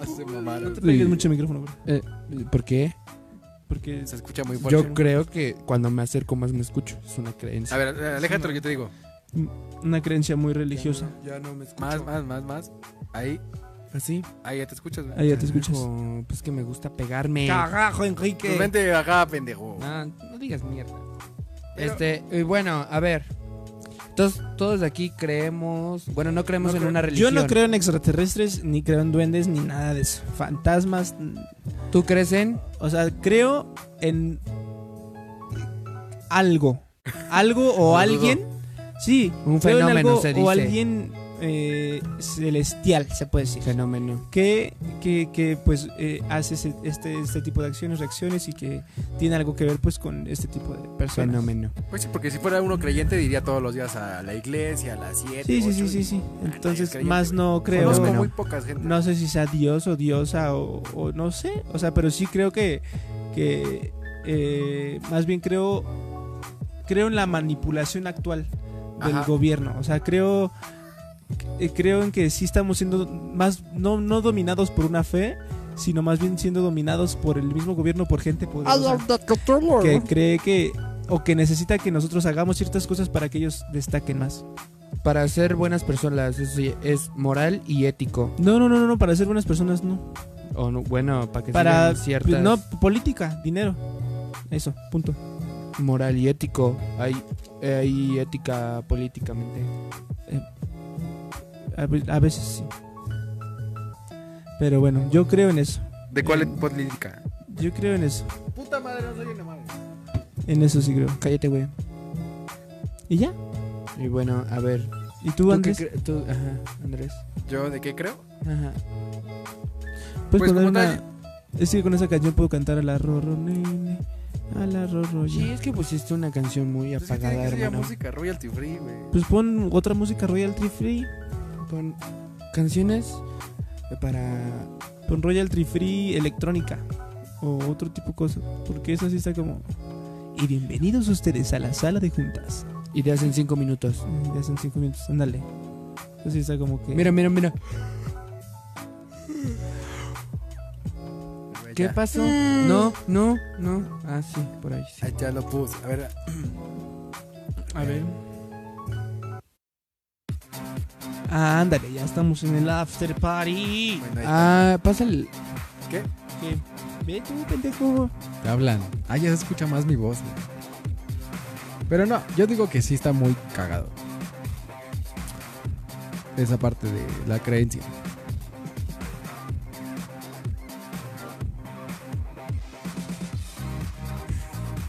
Hace mamaron.
Te pegues
Sí.
mucho el micrófono, güey.
¿Por qué?
Porque
Se escucha muy fuerte.
Yo creo que cuando me acerco más me escucho. Es una creencia.
A ver, aléjate, yo te digo.
una creencia muy religiosa.
Ya no, me escucho.
Más, más, más, más. Ahí,
Así.
ahí ya te escuchas, güey.
Ahí ya te escuchas.
Hijo, Pues que me gusta pegarme.
Cagajo, Enrique.
Pues vente acá, pendejo.
Ah, no digas mierda.
Pero-
Este, y bueno, a ver. Entonces, todos aquí creemos. Bueno, no creemos
No
en
creo-
una
Yo
religión.
no creo en extraterrestres, ni creo en duendes, ni nada de eso. Fantasmas. n-
¿Tú crees en?
O sea, creo en algo. Algo o
Lo
alguien. Sí,
Un
creo en
fenómeno,
algo
se
O
dice.
alguien eh, celestial, se puede decir.
Fenómeno.
que, que, que, pues eh, hace ese- este, este tipo de acciones, reacciones y que tiene algo que ver pues con este tipo de personas.
Fenómeno.
Pues sí, porque si fuera uno creyente diría todos los días a la iglesia, a las 7.
Sí, sí, sí, sí, sí.
"Ah,
Entonces, más no creo.
Conozco
Fenómeno.
muy pocas gente.
No sé si sea Dios o diosa o, o no sé. O sea, pero sí creo que, que eh, más bien creo, creo en la manipulación actual del
Ajá.
gobierno. O sea, creo, eh, creo en que sí estamos siendo más, no, no dominados por una fe, sino más bien siendo dominados por el mismo gobierno, por gente poderosa. que cree que o que necesita que nosotros hagamos ciertas cosas para que ellos destaquen más.
Para ser buenas personas, eso sí, es moral y ético.
No, no, no, no, no, para ser buenas personas no.
O no, bueno, para que
Para
sean ciertas
no política, dinero. Eso, punto.
moral y ético. Hay, hay ética políticamente.
A, ve- a veces sí. Pero bueno, yo creo en eso.
¿De cuál política?
Yo creo en eso.
Puta madre, no soy una madre.
En eso sí creo.
Cállate, güey.
¿Y ya?
Y bueno, a ver.
¿Y
¿Tú
tú,
qué
Andrés?
cre- tú- ajá, Andrés.
¿Yo de qué creo?
Ajá.
Pues,
Puedes poner
como
una- Es que con esa canción puedo cantar a la Rorro nene, a la Rorro ya.
Sí, es que pusiste una canción muy
Pues sí, tiene
apagada,
que ser ya
hermano.
música royalty free, güey.
Pues pon otra música royalty free.
Con canciones para
Con royalty free electrónica o otro tipo de cosas. Porque eso sí está como. Y bienvenidos ustedes a la sala de juntas.
ideas en cinco minutos.
Mm, Ya son cinco minutos, ándale. Eso sí está como que.
Mira, mira, mira.
Güey, Pues
¿Qué
ya.
pasó? No, no, no. Ah, sí, por ahí sí.
Ah, ya lo puse. A ver,
a ver. Ah, ándale, ya estamos en el after party.
bueno, ahí está.
Ah, pasa el.
¿Qué? Ve tú, pendejo.
Te hablan. Ah, ya se escucha más mi voz, güey. Pero no, yo digo que sí está muy cagado. Esa parte de la creencia.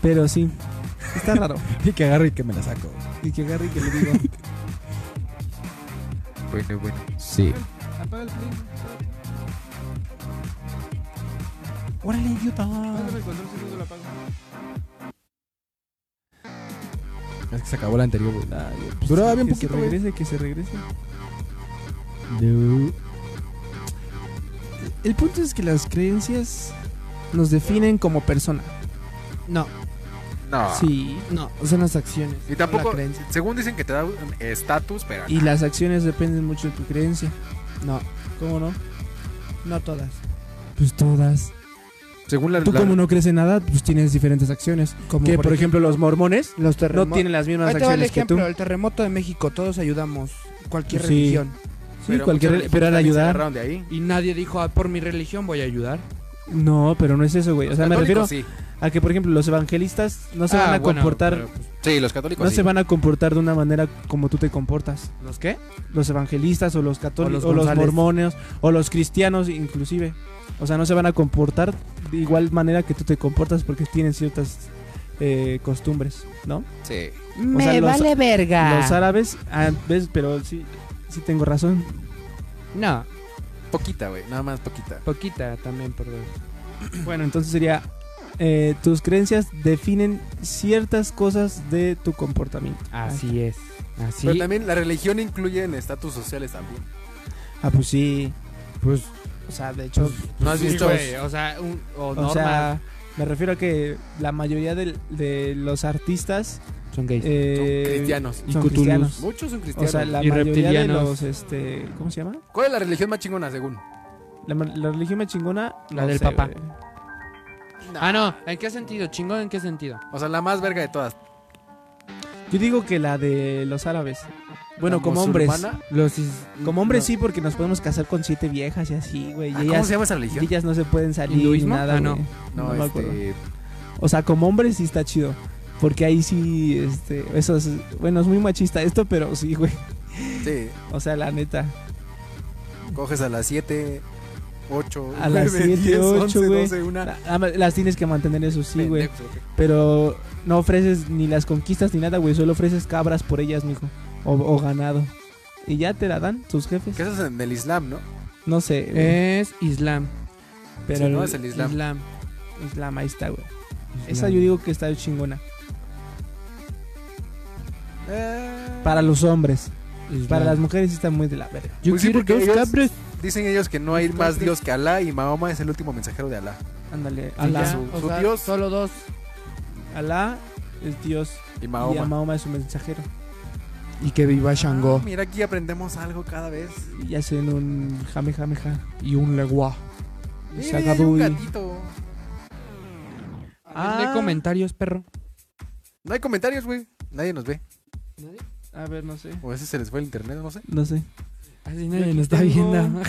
Pero sí, está raro.
Y que agarro y que me la saco.
y que agarre y que le digo.
Bueno, bueno. Sí.
¡Órale, idiota!
Es que se acabó la anterior, güey.
Ah, ya, pues,
Duraba bien
que
poquito,
Se
güey.
regrese, que se regrese. El punto es que las creencias nos definen como persona.
No,
No.
Sí.
no, son las acciones.
Y tampoco-
no la creencia.
Según dicen que te da un estatus, pero.
Y las acciones dependen mucho de tu creencia.
No,
¿Cómo no?
no todas.
Pues todas.
Según la.
Tú
la-
como no crees en nada, pues tienes diferentes acciones.
Como
Que por ejemplo los mormones
los
no
terremotos.
tienen las mismas
Ahí te va el
acciones que tú.
ejemplo, el terremoto de México, todos ayudamos, cualquier
Sí.
religión.
Sí,
pero
cualquier
muchos
re- pero al
también se
ayudar.
agarraron de ahí.
Y nadie dijo, ah, por mi religión voy a ayudar.
No, pero no es eso, güey. O sea, me refiero
Católicos, sí.
a que por ejemplo los evangelistas no se
Ah,
van a
bueno,
comportar
pero, pues, sí, los católicos.
no
sí.
se van a comportar de una manera como tú te comportas.
¿Los qué?
Los evangelistas o los católicos
los
o los,
González.
mormones o los cristianos inclusive. O sea, no se van a comportar de igual manera que tú te comportas porque tienen ciertas eh, costumbres, ¿no?
Sí.
Me
los-
vale verga.
Los árabes, ah, ves, pero sí, sí tengo razón.
No,
Poquita, güey. Nada más poquita.
poquita también, perdón.
Bueno, entonces sería, eh, tus creencias definen ciertas cosas de tu comportamiento.
Así es. Así.
Pero también la religión incluye en estatus sociales también.
Ah, pues sí.
Pues,
O sea, de hecho,
¿No has
sí,
visto?
güey, o sea, un- o,
o
normas
sea, me refiero a que la mayoría del- de los artistas
son gays.
eh,
Son cristianos.
son
Y cthulhus.
cristianos.
Muchos son
O
cristianos.
sea, la
Y
mayoría de
reptilianos.
los, este, ¿cómo se llama?
¿Cuál es la religión más chingona, según?
La, ma- la religión más chingona.
La
no
del
sé,
papá.
güey.
Ah, no. ¿En qué sentido? Chingón, ¿en qué sentido?
O sea, la más verga de todas.
Yo digo que la de los árabes. Bueno,
La
como hombres.
musulmana. Ah,
Los is-
Como hombres
no.
sí, porque nos podemos casar con siete viejas y así, güey.
Ah,
y
¿Cómo
ellas,
se llama esa
y
religión?
ellas no se pueden salir
¿Hinduismo?
ni nada,
Ah, no.
güey.
No,
no me acuerdo.
este.
O sea, como hombres sí está chido. Porque ahí sí, este, eso es, bueno, es muy machista esto, pero sí, güey.
Sí,
O sea, la neta.
coges a las 7, 8,
A las siete, ocho, güey.
12, 1.
La- ama- las tienes que mantener, eso sí, güey. Pero no ofreces ni las conquistas ni nada, güey. Solo ofreces cabras por ellas, mijo. O, o ganado. Y ya te la dan tus jefes.
Que eso es en el Islam, ¿no?
No sé, güey,
Es Islam.
pero
Eh, sí, no,
el
es el Islam.
Islam, ahí está, güey.
Pues
Esa yo digo que está chingona.
Eh,
Para los hombres.
Islam.
Para las mujeres sí está muy de la verga.
Yo
Pues sí,
quiero
porque
dos
ellos-
cabras.
Dicen ellos que no hay más Dios que Alá y Mahoma es el último mensajero de Alá.
Ándale.
Y ya,
Alá,
su-
o
su
sea,
Dios.
Solo dos.
Alá es Dios.
Y
Y a
Mahoma.
Mahoma es su mensajero.
Y que viva
Ah, mira, aquí aprendemos algo cada vez.
Y hacen un jame jame ja.
y un legua.
Mira, hay Eh, un
Shagabui.
gatito.
Ah.
Ah.
comentarios, perro.
No hay comentarios, güey. Nadie nos ve.
A ver, no sé.
O a veces se les fue el internet, no sé.
No sé.
Así
Yo
nadie
aquí
nos está
tengo-
viendo.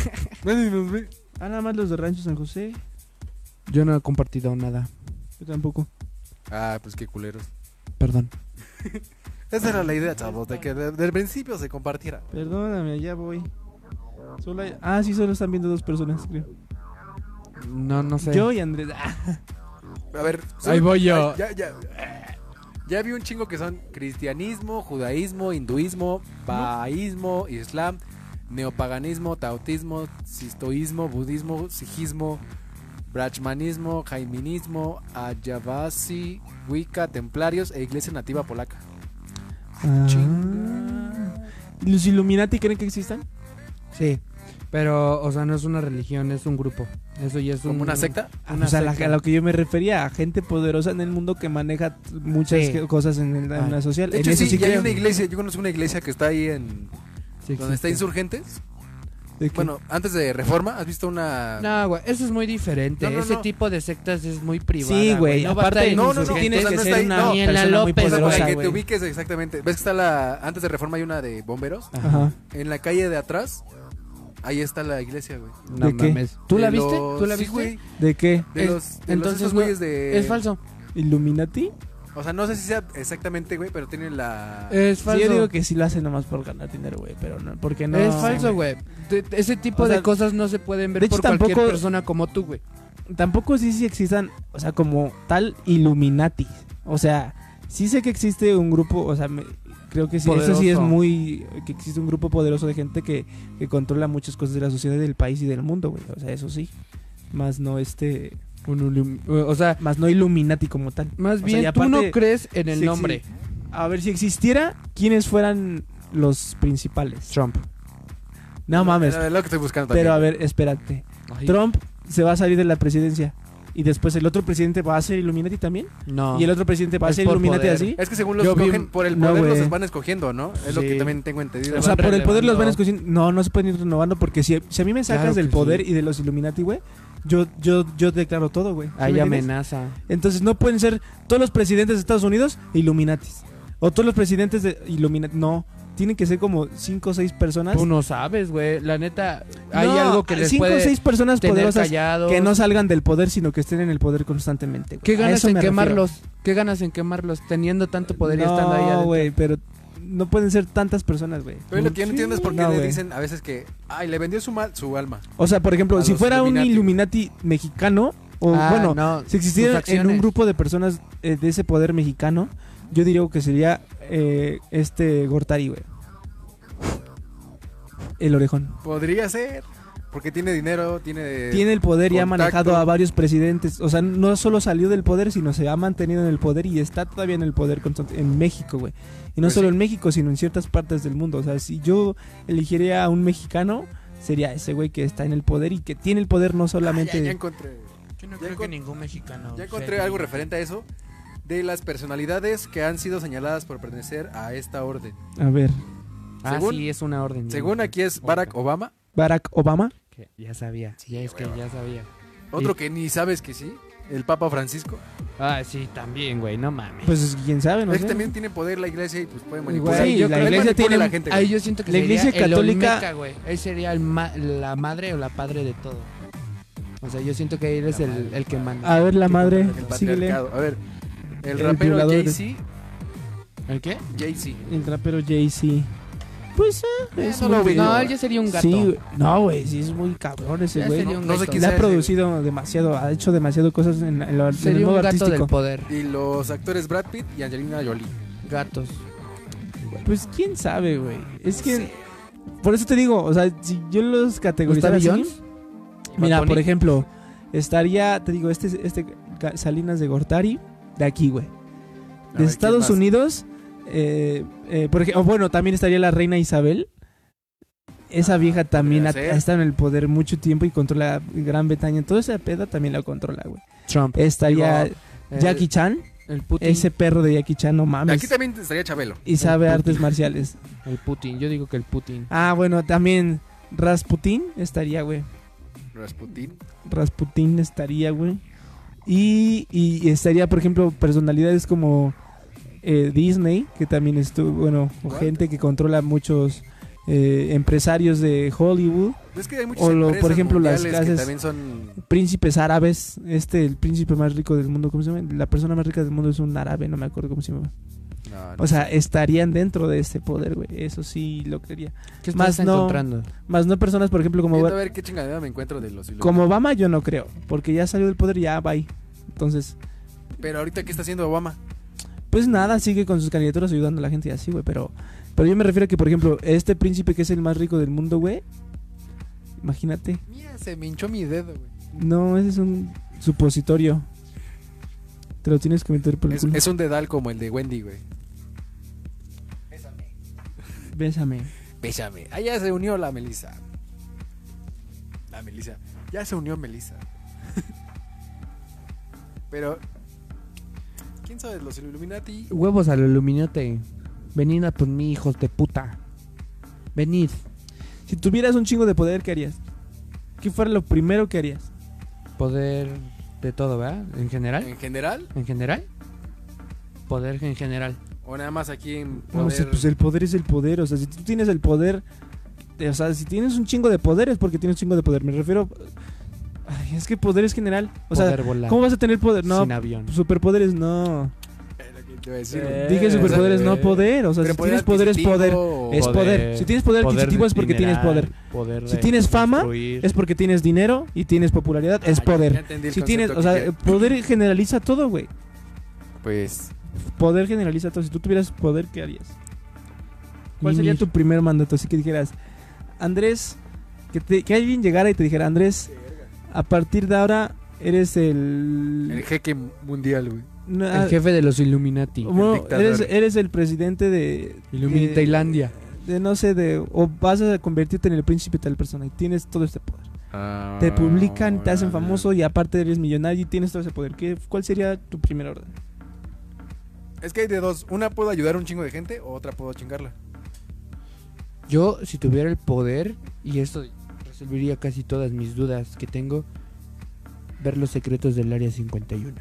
Nadie nos ve.
Ah, nada más los de Rancho San José.
Yo no he compartido nada.
Yo tampoco.
Ah, pues qué culeros.
Perdón.
Esa era la idea, chavos, de que desde el principio se compartiera.
Perdóname, ya voy. Solo hay- Ah, sí, solo están viendo dos personas, creo.
No, no sé.
Yo y Andrés. Ah,
A ver,
Ahí voy yo.
Ay, Ya, ya. Ya vi un chingo que son cristianismo, judaísmo, hinduismo, baísmo, islam, neopaganismo, tautismo, sistoísmo, budismo, sijismo, brahmanismo, jaiminismo, ayavasi, wicca, templarios e iglesia nativa polaca.
Ah. ¿Los Illuminati creen que existan?
Sí. Pero, o sea, no es una religión, es un grupo. Eso ya es
¿Como
un-
una secta?
Una
o sea, la-
secta.
Ah, pues a lo que yo me refería, a gente poderosa en el mundo que maneja t- muchas
Sí.
que- cosas en, el- en
Ah.
la social.
De
En
hecho,
eso
sí, ya hay
creo.
una iglesia, yo conozco una iglesia que está ahí en...
Sí
Donde está
existe.
Insurgentes.
¿De qué?
Bueno, antes de Reforma, ¿has visto una...?
No, güey, eso es muy diferente.
No, no,
Ese
no.
tipo de sectas es muy privada.
sí, güey.
No va a
aparte,
estar en
no, no, no,
insurgentes.
tienes
o sea,
que
no
ser
está ahí,
una
no.
Daniela
persona muy
López,
O sea, para
poderosa,
que te
güey.
ubiques exactamente. ¿Ves que está la... Antes de Reforma hay una de bomberos?
Ajá.
En la calle de atrás, ahí está la iglesia, güey.
No
¿De qué?
mames. ¿Tú
De
la viste?
los-
¿Tú la
sí,
viste?
güey,
¿De qué?
de
Es-
los, de
entonces
los esos
no-
güeyes de...
Es falso.
¿Illuminati?
O sea, no sé si sea exactamente, güey, pero tienen la...
Es
Sí,
falso.
yo digo que sí lo hacen nomás por ganar dinero, güey. Pero no, porque no.
es falso, güey. De- de- Ese tipo
O
de
sea,
cosas no se pueden ver
de hecho,
por cualquier
tampoco-
persona como tú, güey.
tampoco sí, sí existan, o sea, como tal Illuminati. O sea, sí sé que existe un grupo, o sea, me- creo que sí, eso sí es
Poderoso.
muy, que existe un grupo poderoso de gente que, que controla muchas cosas de la sociedad, del país y del mundo, güey. O sea, eso sí. Más no este,
Un ilum- O sea,
más no Illuminati como tal.
más
sea,
bien
y
tú no
aparte-
crees en el
Sí,
nombre.
A ver, si existiera, ¿quiénes fueran los principales?
Trump.
No mames.
Era lo que estoy buscando también.
Pero a ver, espérate. Trump se va a salir de la presidencia. Y después el otro presidente va a ser Illuminati también.
No.
Y el otro presidente va a
Es
ser
por
Illuminati
poder.
así.
Es que según los
Yo vi
escogen,
un-
por el
no,
poder los
güey.
van escogiendo, ¿no? Es lo
Sí.
que también tengo entendido.
O sea,
van
por el poder los van
relevando.
escogiendo. No, no se pueden ir renovando porque si, si a mí me sacas
Claro
del
que
poder
sí.
y de los Illuminati, güey, yo, yo, yo declaro todo, güey. ¿Sí
Hay
me entiendes?
amenaza.
Entonces no pueden ser todos los presidentes de Estados Unidos Illuminatis. O todos los presidentes de Illuminati. No. tienen que ser como cinco o seis personas.
Tú no sabes, güey. La neta, hay
No,
algo que les
cinco o
puede
seis personas
tener
poderosas
callados.
que no salgan del poder, sino que estén en el poder constantemente. güey.
¿Qué
A
ganas
eso
en
me refiero.
quemarlos? ¿Qué ganas en quemarlos teniendo tanto poder y estando ahí
No,
adentro?
güey, pero no pueden ser tantas personas, güey.
Pero lo que yo no entiendo es por qué
No,
le
güey.
dicen a veces que, ay, le vendió su, mal, su alma.
O sea, por ejemplo,
A
si
los
fuera un
Illuminati.
Illuminati mexicano, o
Ah,
bueno,
no,
si existiera
sus
en un
acciones.
grupo de personas eh, de ese poder mexicano, yo diría que sería eh, este Gortari, güey. El orejón.
Podría ser, porque tiene dinero, tiene...
Tiene el poder y
Eh,
ha
contacto.
manejado a varios presidentes. O sea, no solo salió del poder, sino se ha mantenido en el poder y está todavía en el poder constante- en México, güey. Y no
Pues
solo
sí.
en México, sino en ciertas partes del mundo. O sea, si yo elegiría a un mexicano, sería ese güey que está en el poder y que tiene el poder no solamente...
Ah, ya, ya encontré,
Yo no
Ya creo que encon-
ningún mexicano.
ya encontré algo referente a eso, de las personalidades que han sido señaladas por pertenecer a esta orden.
A ver,
Ah,
Según-
sí, es una
Mm.
orden.
Según aquí es Barack Obama,
Barack Obama.
Que ya sabía. ya es que ya sabía.
otro que ni sabes que sí, el Papa Francisco.
Ah, sí, también, güey, no mames.
Pues quién sabe, no
Es
sé.
Este
que también tiene poder la iglesia y pues puede
Igual,
manipular.
sí, la
yo creo que
iglesia
manipula
tiene...
a la gente.
Ahí yo siento que
La
sería
iglesia
el
católica-
Olmeca, güey. Él sería el ma- la madre o la padre de todo. O sea, yo siento que él es el, el que manda.
A ver, la madre,
El
síguele.
patriarcado. A ver, el
El
rapero
violador de-
Jay-Z,
¿El qué?
Jay-Z.
El rapero Jay-Z. Pues, ah, es
no lo
muy-
ubico.
No, él ya sería un gato.
Sí, güey. no, güey, sí es muy cabrón ese
Ya
güey.
sería un
No sé
gato.
quién
Le
sea
ha
ese,
producido demasiado, ha hecho demasiado cosas en, en lo- en el
Sería
modo
un gato del
artístico.
poder.
Y los actores Brad Pitt y Angelina Jolie.
Gatos.
Pues quién sabe, güey. Es que por eso te digo, o sea, si yo los categorizara así,
¿Gustavo Jones?
mira,
Bad Bunny.
por ejemplo, estaría, te digo, este este Ga- Salinas de Gortari de aquí, güey.
A ver,
De
¿quién
Estados
más?
Unidos, eh, eh, por ejemplo, bueno, también estaría la reina Isabel. Esa vieja también ha,
Ah, podría ser.
ha estado en el poder mucho tiempo y controla Gran Bretaña. Toda esa peda también la controla, güey.
Trump.
Estaría Eh, Jackie Chan.
eh, El Putin.
Ese perro de Jackie Chan, no mames.
eh, Aquí Eh, también estaría Chabelo.
Y sabe
El
artes
Putin.
marciales.
El Putin. Yo digo que el Putin.
Ah, bueno, también Rasputin estaría, güey.
Rasputin.
Rasputin estaría, güey. Y, y estaría, por ejemplo, personalidades como eh, Disney, que también estuvo, bueno, o
What?
gente que controla muchos eh, empresarios de Hollywood,
Es que hay muchas
O lo- por
empresas
ejemplo, las
mundiales que
clases-
también son...
príncipes árabes. Este, el príncipe más rico del mundo, ¿cómo se llama? La persona más rica del mundo es un árabe, no me acuerdo cómo se llama.
No, no.
O sea, estarían dentro de este poder, güey. Eso sí lo creería.
¿Qué estás
Más no-
encontrando?
Más no personas, por ejemplo, como,
Viendo a ver qué chingadera me encuentro de los Illuminati.
como Obama, yo no creo. Porque ya salió del poder y ya va ahí. Entonces,
Pero ahorita, ¿qué está haciendo Obama?
pues nada, sigue con sus candidaturas ayudando a la gente y así, güey. Pero, pero yo me refiero a que, por ejemplo, este príncipe que es el más rico del mundo, güey. Imagínate.
Mira, se me hinchó mi dedo, güey.
No, ese es un supositorio. Te lo tienes que meter por el
Es,
culo.
es un dedal como el de Wendy, güey.
Bésame.
Pésame. Ah, ya se unió la Melissa. La Melissa. Ya se unió Melissa. Pero. ¿Quién sabe? Los Illuminati.
Huevos al aluminiote. Venid a por mí, hijos de puta. Venid.
Si tuvieras un chingo de poder, ¿qué harías? ¿Qué fuera lo primero que harías?
Poder de todo, ¿verdad? En general.
¿En general?
¿En general? Poder en general.
¿O nada más aquí en
No,
poder?
sé, pues el poder es el poder. O sea, si tú tienes el poder. eh, O sea, si tienes un chingo de poder es porque tienes un chingo de poder. Me refiero. Ay, es que poder es general. O sea,
poder volar
¿cómo vas a tener poder? No, pues,
sin avión.
superpoderes no.
Era lo que te iba a decir, güey.
Eh,
Dije superpoderes
eh,
no poder. O sea,
Pero
si tienes poder es poder.
adquisitivo o-
Es poder. Si tienes poder, adquisitivo es porque tienes poder. Si tienes fama, Es porque tienes dinero y tienes popularidad. es
Ah, ya- ya
poder.
entendí el
Si tienes,
concepto
o sea,
que quiero.
poder generaliza todo, güey.
Pues.
Poder generaliza todo. Si tú tuvieras poder, ¿qué harías? ¿Cuál sería tu primer mandato? Así que dijeras, Andrés, que, te- que alguien llegara y te dijera, Andrés, a partir de ahora eres
El
el...
jeque mundial, güey.
na-
El jefe de los Illuminati.
bueno, eh,
el dictador.
eres, eres el presidente de...
Illumin
de-
Tailandia.
De no sé, de... O vas a convertirte en el príncipe tal persona y tienes todo este poder.
Ah,
Ah,
Te publican, te hacen famoso y aparte eres millonario y tienes todo ese poder. ¿Qué, ¿Cuál sería tu primer orden?
Es que hay de dos. Una puedo ayudar a un chingo de gente, o otra puedo chingarla.
Yo, si tuviera el poder, y esto resolvería casi todas mis dudas que tengo, ver los secretos del área 51.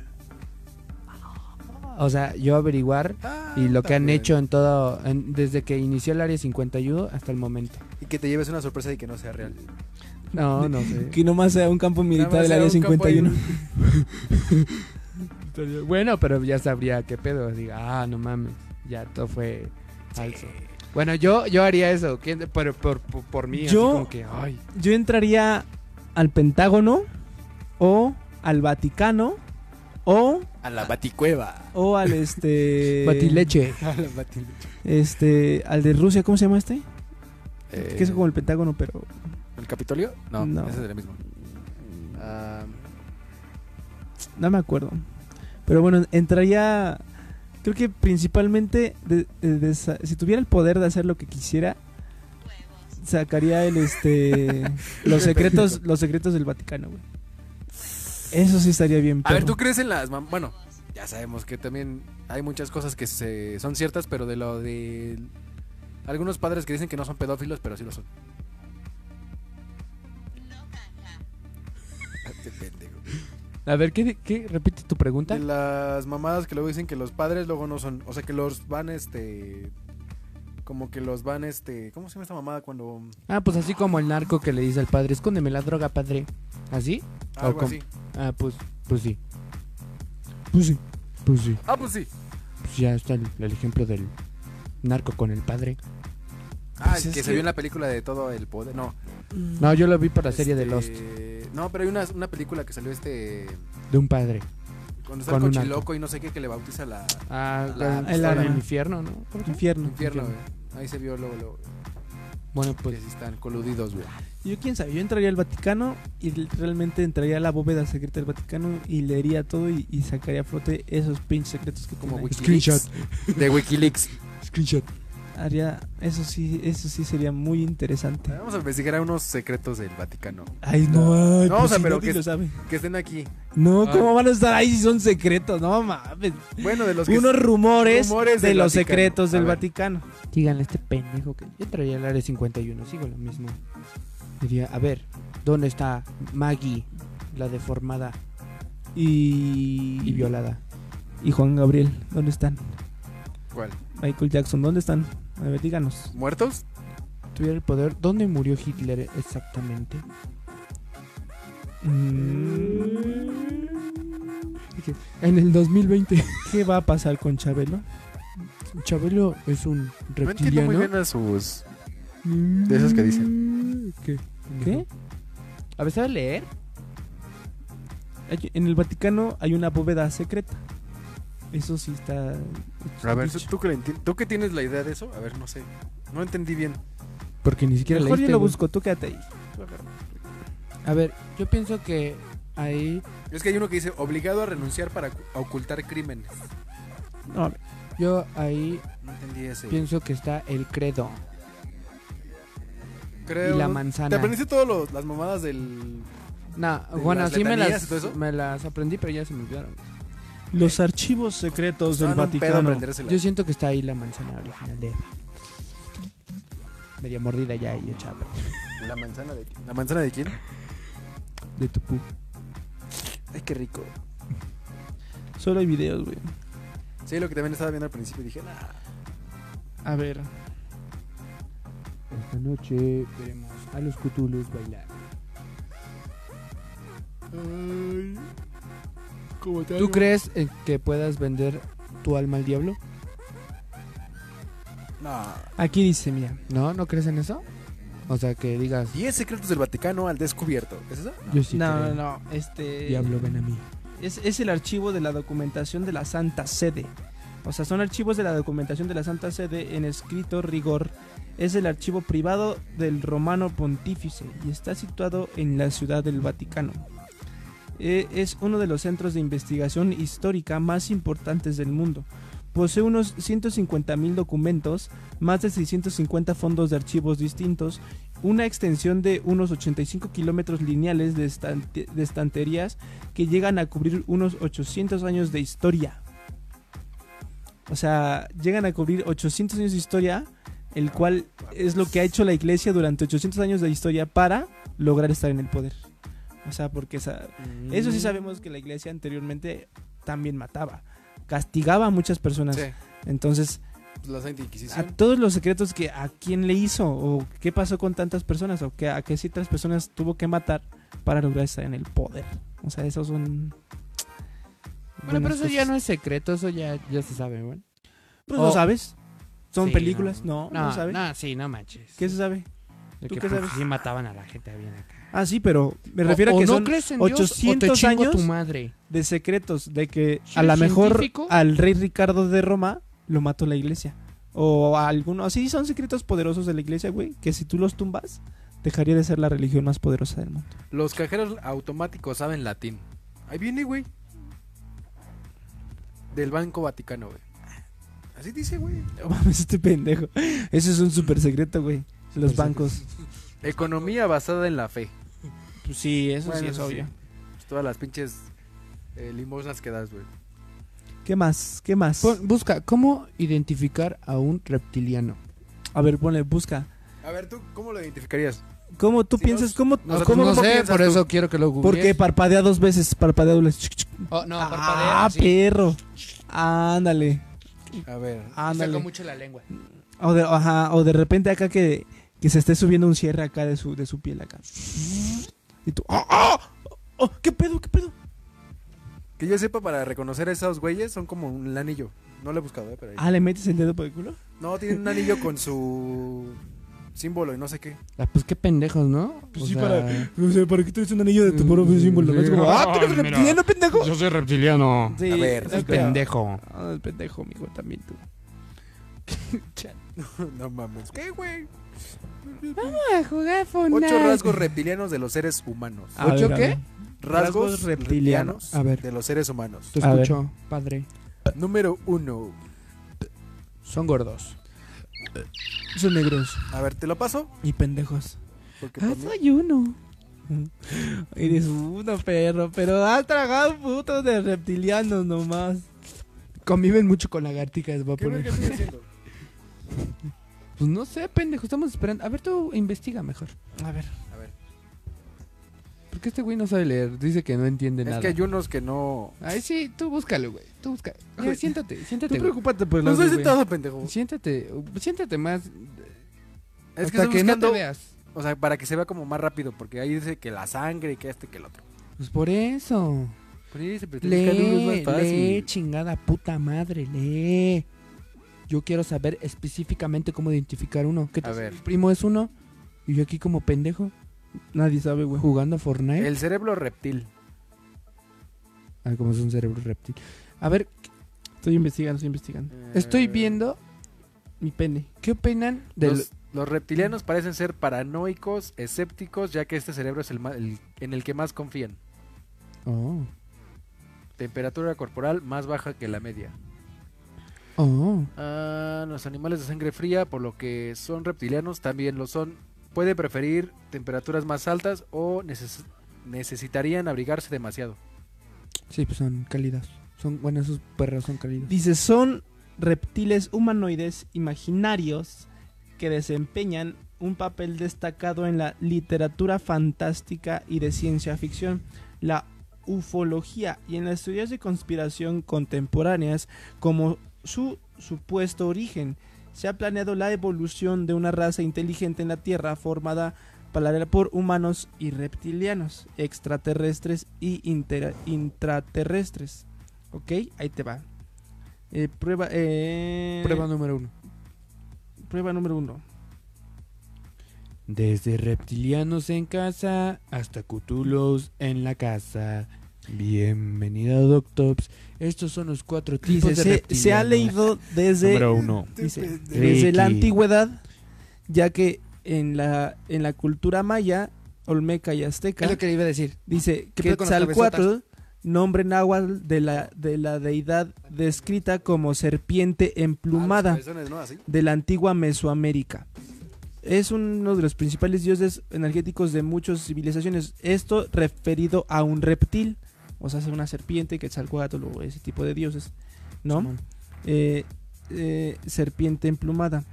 O sea, yo averiguar
Ah,
y lo que han
También.
hecho en todo, en- desde que inició el área 51 hasta el momento.
Y que te lleves una sorpresa y que no sea real.
No, no sé.
Que nomás sea un campo militar
Nada más
del
era
área
un campo ahí,
51.
Estaría- Bueno, pero ya sabría qué pedo. Diga, ah, no mames, ya todo fue falso. Bueno, yo, yo haría eso, ¿quién- pero por, por, por mí, así
Yo-
como que, ay.
Yo entraría al Pentágono o al Vaticano o,
A la baticueva.
o al
Eh,
este
Batileche.
A la batileche.
este al de Rusia, ¿cómo se llama este? Que es
Eh,
como el Pentágono, pero
¿El Capitolio? No,
No.
ese es el mismo. Ah,
no me acuerdo. Pero bueno, entraría creo que principalmente de- de- de sa- si tuviera el poder de hacer lo que quisiera,
Huevos.
sacaría el este los secretos los secretos del Vaticano, güey. Eso sí estaría bien.
a ver,
perro.
¿tú crees en las... mam- Bueno, ya sabemos que también hay muchas cosas que se- son ciertas, pero de lo de... Algunos padres que dicen que no son pedófilos, pero sí lo son.
No caca.
A ver, ¿qué, qué? repite tu pregunta?
De las mamadas que luego dicen que los padres luego no son... O sea, que los van, este... Como que los van, este... ¿Cómo se llama esta mamada cuando...?
Ah, pues así como el narco que le dice al padre, escóndeme la droga, padre. ¿Así? O
Algo
com-
así.
Ah, pues, pues sí.
Pues sí.
Pues sí.
Ah, pues sí.
Pues ya está el, el ejemplo del narco con el padre.
Ah,
Pues
que
es
se
que-
vio en la película de todo el poder. No.
No, yo lo vi por la serie de Lost,
Este, No, pero hay una, una película que salió este...
de un padre.
Cuando está
Con
el
un
cochiloco y no sé qué que le bautiza la...
Ah,
la-
el
el,
arma.
infierno, ¿no? ¿Cómo se llama?
Infierno.
Infierno, güey. Ahí se vio luego, luego
Bueno,
pues,
pues,
que sí están coludidos, güey.
Yo quién sabe, yo entraría al Vaticano y realmente entraría a la bóveda secreta del Vaticano y leería todo y, y sacaría a flote esos pinches secretos que
Como
como
Wikileaks. De Wikileaks.
screenshot.
haría, eso sí, eso sí sería muy interesante.
Vamos a investigar a unos secretos del Vaticano.
Ay, no, ay,
No,
pues
o sea,
si
pero
nadie
que-
lo sabe.
Que estén aquí.
No,
Ay.
¿cómo van a estar ahí si son secretos? No mames.
Bueno, de los que...
Unos rumores,
rumores
de
del
los
Vaticano.
secretos
A
del
ver.
Vaticano.
Díganle a este pendejo que yo traía el área 51, sigo lo mismo. Diría, a ver, ¿dónde está Maggie, la deformada
Y
y violada?
y Juan Gabriel, ¿dónde están?
¿Cuál?
Michael Jackson, ¿dónde están? A ver, díganos.
¿Muertos?
Tuviera el poder, ¿dónde murió Hitler exactamente? Mm. En el 2020.
Mm, ¿Qué va a pasar con Chabelo?
Chabelo es un
No entiendo muy bien
reptiliano.
a sus...
Mm.
de esos que
¿Qué?
¿Qué?
Mm. A ver, ¿sabes leer?
Hay- En el Vaticano hay una bóveda secreta. Eso sí está.
A ver,
dicho.
¿tú que, le enti- tú que tienes la idea de eso? A ver, no sé. No entendí bien.
Porque ni siquiera
Mejor yo
leíste,
lo
güey.
busco, tú quédate ahí.
A ver, yo pienso que ahí
Es que hay uno que dice, obligado a renunciar para ocu- ocultar crímenes.
No, a ver,
yo ahí
No entendí ese.
pienso que está el credo
Creo...
y la
¿Te
manzana.
aprendiste todas las mamadas del...
No,
de
bueno,
las
sí me
letanías y
las
todo eso?
me las aprendí, pero ya se me olvidaron.
Los archivos secretos del
Son un Ah, pedo
Vaticano.
aprendérselas.
Yo siento que está ahí la manzana original de Eva. Media mordida ya y echada.
¿La manzana de ¿La manzana de quién?
De Tupú.
Ay, qué rico.
Solo hay videos, güey.
Sí, lo que también estaba viendo al principio y dije, "Nah,
A ver.
Esta noche veremos a los cutulus bailar. ¿Tú crees eh, que puedas vender tu alma al diablo?
no.
Aquí dice, mira.
¿No? ¿No crees en eso? O sea, que digas,
10 secretos del Vaticano al descubierto. ¿Es eso?
yo sí
no,
creo.
no, no. Este.
Diablo, ven a mí.
Es, es el archivo de la documentación de la Santa Sede. O sea, son archivos de la documentación de la Santa Sede en escrito rigor. Es el archivo privado del romano pontífice y está situado en la ciudad del Vaticano. Eh, es uno de los centros de investigación histórica más importantes del mundo. Posee unos 150.000 documentos, más de 650 fondos de archivos distintos, una extensión de unos 85 kilómetros lineales de, estante- de estanterías que llegan a cubrir unos 800 años de historia. O sea, llegan a cubrir 800 años de historia, el cual es lo que ha hecho la iglesia durante 800 años de historia para lograr estar en el poder. O sea, porque esa-
Mm.
eso sí sabemos que la iglesia anteriormente también mataba, castigaba a muchas personas.
Sí.
Entonces,
Pues, la Santa
Ah,
a
Inquisición.
todos los secretos que a quién le hizo, o qué pasó con tantas personas, o que, a qué ciertas personas tuvo que matar para lograr estar en el poder. O sea, esos son.
Bueno, pues pero eso ya no
es.
es secreto, eso ya, ya se sabe, güey.
Pues
o-
no sabes. Son
Sí,
películas, no, no,
no,
sabes.
no, sí, no manches.
¿Qué se sabe?
De
¿Tú
que,
qué
pues,
sabes?
sí mataban a la gente bien acá.
Ah, sí, pero me refiero
o,
a que
o no
son
crees en Dios,
800
o te chingo a tu
años.
madre.
de secretos de que
¿Sí
a lo
es
mejor
científico?
al rey Ricardo de Roma lo mató la iglesia. O a alguno. Así son secretos poderosos de la iglesia, güey. Que si tú los tumbas, dejaría de ser la religión más poderosa del mundo.
Los cajeros automáticos saben latín. Ahí viene, güey. Del Banco Vaticano, güey. Así dice, güey.
No mames, este pendejo. Eso es un súper secreto, güey. Los bancos.
Economía basada en la fe.
Pues sí, eso
Bueno, eso sí. Pues todas las pinches eh, limosnas que das, güey.
¿Qué más? ¿Qué más?
Pon- busca, ¿cómo identificar a un reptiliano?
a ver, ponle, busca.
A ver, ¿tú cómo lo identificarías?
¿Cómo tú
Si
piensas?
nos-
¿Cómo?
nosotros
cómo
no
¿cómo
sé,
piensas
por
tú?
eso quiero que lo googlees.
Porque parpadea dos veces. Parpadea dos veces.
Oh, no, parpadea,
ah,
sí.
perro. Ándale.
A ver.
Ándale.
Sacó mucho la lengua.
O de, ajá, o de repente acá que, que se esté subiendo un cierre acá de su, de su piel acá. Y tú, ¡ah! ah! ¡Oh! ¿Qué pedo? ¿Qué pedo?
Que yo sepa, para reconocer a esos güeyes son como un anillo. No lo he buscado, eh, pero ahí.
Ah, le metes el dedo por el culo.
No, tienen un anillo con su símbolo y no sé qué.
Ah, pues qué pendejos, ¿no? O sea,
O sea, ¿para qué traes un anillo de
tu propio símbolo? No es como,
¡ah, tú eres reptiliano, pendejo!
Yo soy reptiliano.
Sí,
A ver,
no
soy
creo.
Pendejo.
Ah, el pendejo, mijo, también tú.
no mames. ¿Qué, güey?
A jugar
Ocho rasgos reptilianos de los seres humanos.
A
¿Ocho
ver, a
qué?
ver.
Rasgos,
Rasgos reptilianos.
reptilianos,
A ver.
de los seres humanos.
Te
A ver.
escucho, padre.
Número uno.
Son gordos.
Son negros
A ver, ¿te lo paso?
y pendejos.
Porque pues
Ah,
para mí-
soy uno.
Eres uno, perro, pero has tragado putos de reptilianos nomás.
Conviven mucho con lagartijas, va a
¿Qué verga
poner.
estoy haciendo?
Pues no sé, pendejo, estamos esperando. A ver, tú investiga mejor.
A ver.
A ver.
Porque este güey no sabe leer, dice que no entiende
Es
nada.
que hay unos que no.
Ay, sí, tú búscalo, güey. Tú búscalo.
Güey.
siéntate,
Tú
siéntate. güey.
preocúpate por
No
los
estoy
güey.
sentado, pendejo.
Siéntate, siéntate más.
Es que
hasta
estoy
que no te
buscando.
veas.
O sea, para que se vea como más rápido. Porque ahí dice que la sangre y que este que el otro.
Pues por eso.
Por ahí se pretende buscar unos
Lee,
más fácil.
lee, chingada puta madre, lee. Yo quiero saber específicamente cómo identificar uno. ¿Qué
A
tal si
ver.
Mi primo es uno y yo aquí como pendejo
Nadie sabe, güey.
jugando a Fortnite.
El cerebro reptil.
Ah, como es un cerebro reptil. A ver,
Estoy investigando, estoy investigando.
estoy
Eh,
viendo
Mi pene.
qué opinan del
Los, los reptilianos parecen ser paranoicos, escépticos, ya que este cerebro es el, ma- el- en el que más confían.
Oh.
Temperatura corporal más baja que la media.
Oh.
Ah, los animales de sangre fría, por lo que son reptilianos, también lo son. Puede preferir temperaturas más altas o neces- necesitarían abrigarse demasiado.
Sí, pues son cálidas. Son, bueno, esos perros son cálidos.
Dice, son reptiles humanoides imaginarios que desempeñan un papel destacado en la literatura fantástica y de ciencia ficción, la ufología y en las teorías de conspiración contemporáneas como su supuesto origen. Se ha planeado la evolución de una raza inteligente en la Tierra formada para- por humanos y reptilianos, extraterrestres y intera- intraterrestres. ¿Ok? Ahí te va. Eh, prueba, eh,
Prueba número uno.
prueba número uno.
Desde reptilianos en casa hasta cutulos en la casa. Bienvenido a Doctops. Estos son los cuatro tipos
Dice,
de
se,
reptilianos.
se ha leído desde,
Número uno.
dice,
pendejo.
desde la
Ricky.
antigüedad, ya que en la, en la cultura maya, olmeca y azteca,
Es lo que le iba a decir.
dice
¿Qué pedo con las
Quetzalcoatl, nombre náhuatl de la, de la deidad descrita como serpiente
Ah,
emplumada.
los cabezones, ¿no? Así.
de la antigua Mesoamérica. Es uno de los principales dioses energéticos de muchas civilizaciones. Esto referido a un reptil, o sea, una serpiente, quetzalcoatl o ese tipo de dioses, ¿no?
Simón.
eh, eh, serpiente emplumada.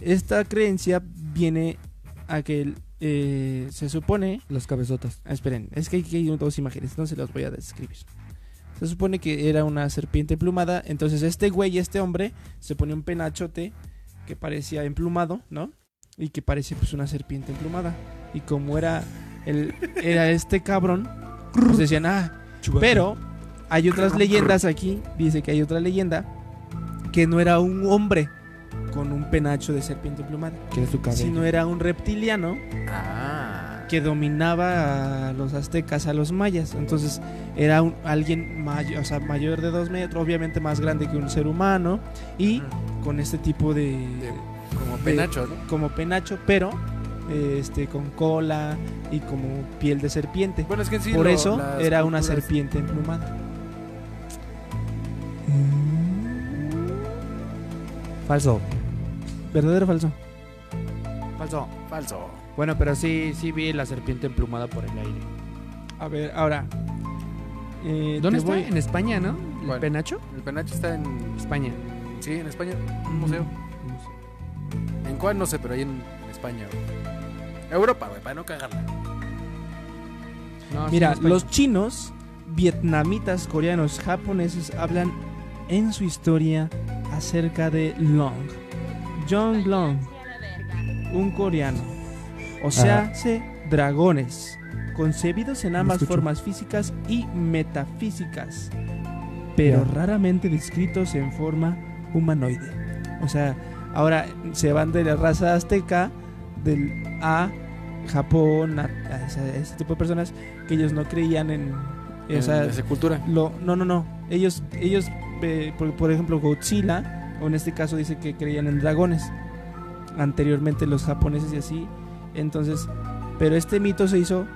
Esta creencia viene a que el, eh, se supone
Las cabezotas.
Ah, Esperen, es que aquí hay dos imágenes, no se las voy a describir. Se supone que era una serpiente emplumada. Entonces este güey, este hombre, se ponía un penachote que parecía emplumado, ¿no? Y que parecía pues una serpiente emplumada. Y como era, el, era este cabrón, pues decían, ah, pero hay otras leyendas aquí, dice que hay otra leyenda que no era un hombre con un penacho de serpiente plumada,
que es su cabello.
sino era un reptiliano
Ah.
que dominaba a los aztecas, a los mayas. Entonces era un- alguien mayor, o sea, mayor de dos metros, obviamente más grande que un ser humano y con este tipo de,
Mm, Como penacho, ¿no?
como penacho, pero eh, este con cola y como piel de serpiente.
Bueno, es que en sí.
Por
lo-
eso
las
era una
culturas-
serpiente emplumada.
Falso.
¿Verdadero o falso?
Falso.
Falso.
Bueno, pero sí, sí vi la serpiente emplumada por el aire.
A ver, ahora. eh,
¿Dónde
te
está?
voy-
En España, ¿no? ¿El
¿Cuál?
penacho?
El penacho está en.
España.
Sí, en España.
Mm.
Un museo.
No sé.
¿En cuál? No sé, pero ahí en, en España. güey. Europa, güey, para no cagarla.
No, sí, en
Mira,
España.
los chinos, vietnamitas, coreanos, japoneses hablan en su historia acerca de Long. John Long, un coreano. O sea, se dragones, concebidos en ambas
escucho.
formas físicas y metafísicas, pero
Ya.
raramente descritos en forma humanoide. O sea, ahora se van de la raza azteca del a Japón, a, a esa- a ese tipo de personas que ellos no creían en, o sea,
En esa cultura.
lo- no, no, no. Ellos, ellos eh, por, por ejemplo, Godzilla, o en este caso dice que creían en dragones. Anteriormente los japoneses y así. Entonces, pero este mito se hizo.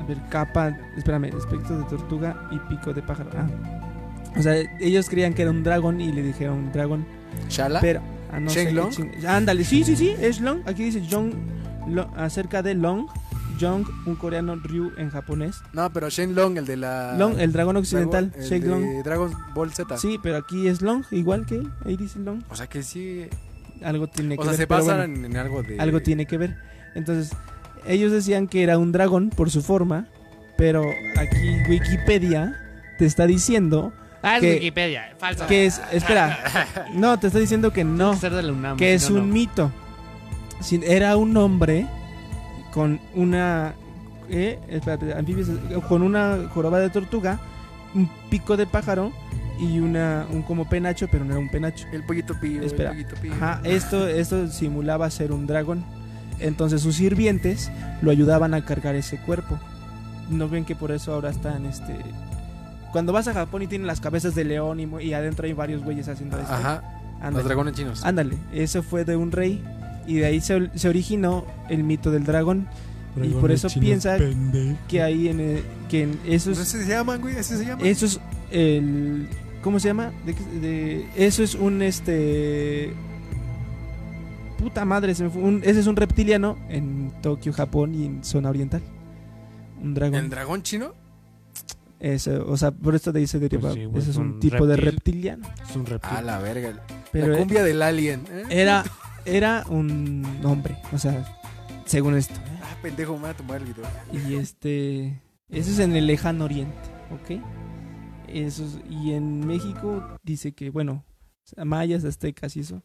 A ver, capa, espérame, aspecto de tortuga y pico de pájaro. Ah. O sea, ellos creían que era un dragón y le dijeron dragón.
Shala.
Pero, ah, no sé. qué
¿Shenlong?
ching- Ándale, sí, sí, sí, es Long. Aquí dice Jong, Lo- acerca de Long, Jong, un coreano, Ryu en japonés.
No, pero Shane Long, el de la.
Long, el dragón
Dragon-
occidental,
Ah, el
Shake
de
Long.
Dragon Ball Z.
Sí, pero aquí es long, igual que él. Ahí dice long.
O sea que sí.
Algo tiene que
O sea,
ver.
se
pero
basan
bueno,
en eh, algo de.
algo tiene que ver. Entonces, ellos decían que era un dragón por su forma, pero aquí Wikipedia te está diciendo
Ah, es
que-
Wikipedia. Falso.
que es. Espera. No, te está diciendo que no.
Ser de la UNAM,
Que
si
es
no,
un
no.
mito. Sin- Era un hombre con una. eh, espérate, anfibios, eh, con una joroba de tortuga, un pico de pájaro y una, un como penacho, pero no era un penacho.
El pollito pío.
Espera.
El pollito pío.
Ajá, esto, esto simulaba ser un dragón. Entonces sus sirvientes lo ayudaban a cargar ese cuerpo. No ven que por eso ahora están este. Cuando vas a Japón y tienen las cabezas de león y, mu- y adentro hay varios güeyes haciendo esto.
Ajá. Los
Ándale, Ah,
dragones chinos.
ándale, eso fue de un rey. Y de ahí se, se originó el mito del dragón. y por eso piensa que ahí en, eh, que en esos.
Pues así se llaman, güey. Así se llaman.
Eso es el. ¿Cómo se llama? ¿De qué- de- eso es un este. Puta madre, se me fue. Un- ese es un reptiliano en Tokio, Japón y en zona oriental. Un
¿El
dragón.
dragón chino?
Eso, o sea, por esto de ahí se deriva.
Pues sí, güey,
ese es
es
un
un
tipo de
reptil.
reptiliano.
Es un reptil.
A la verga.
Pero
la
e-
cumbia del alien. ¿eh?
era, era un hombre, o sea, según esto.
Ah, pendejo, me van a tomar el video.
Y este. Eso es en el lejano oriente, ¿ok? Eso es- y en México dice que, bueno, mayas, aztecas y eso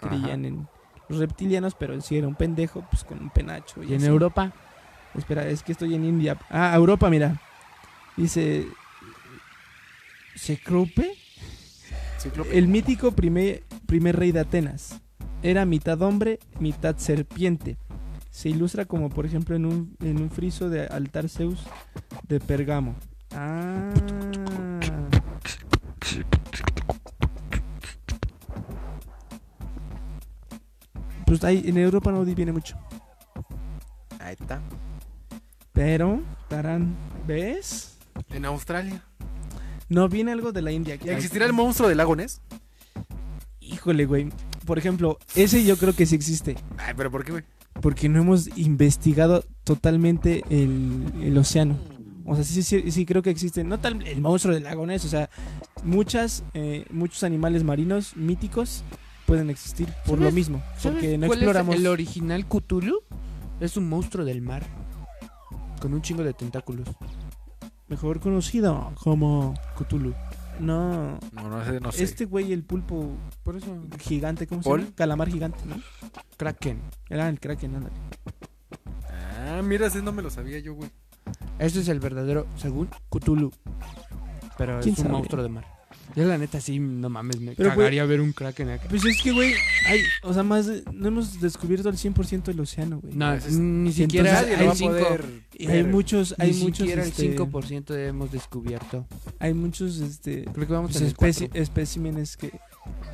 creían en los reptilianos, pero si era un pendejo, pues con un penacho.
Y en
así.
Europa,
Espera, es que estoy en India. Ah, Europa, mira. Dice. ¿Se crupe?
Cíclope.
El mítico primer, primer rey de Atenas era mitad hombre, mitad serpiente. Se ilustra como por ejemplo en un, en un friso de altar Zeus de Pergamo. Ah. Pues ahí en Europa no viene mucho.
Ahí está.
Pero, tarán, ¿ves?
En Australia.
No viene algo de la India.
¿Y ¿Existirá el monstruo del lago Ness?
Híjole, güey. Por ejemplo, ese yo creo que sí existe.
Ay, pero ¿por qué, güey?
porque no hemos investigado totalmente el, el océano. O sea, sí, sí, sí creo que existe, no tal el monstruo del lago Ness, o sea, muchas, eh, muchos animales marinos míticos pueden existir por lo
¿Sabes-
mismo,
¿Sabes
porque no
cuál es
exploramos.
el original Cthulhu es un monstruo del mar con un chingo de tentáculos.
mejor conocido como
Cthulhu.
no,
No, no sé, no sé.
este güey el pulpo
Por eso.
gigante, ¿cómo
¿Paul?
se llama? Calamar gigante, ¿no?
Kraken.
Era el Kraken, ándale.
Ah, mira, ese no me lo sabía yo, güey.
Este es el verdadero, según Cthulhu. Pero es un
¿Quién sabe?
monstruo de mar. Yo la neta sí, no mames, me
Pero, güey-
cagaría ver un Kraken acá.
Pues es que güey, hay, o sea, más de- no hemos descubierto al 100% el océano, güey.
No,
Pues es-
ni
Pero
siquiera
entonces
Nadie lo
el
va a
5.
poder.
Y hay
ver.
muchos, hay
Ni
muchos
siquiera
este,
el 5% hemos descubierto.
hay muchos este
Creo que vamos
pues,
en el
especi-
4.
especímenes que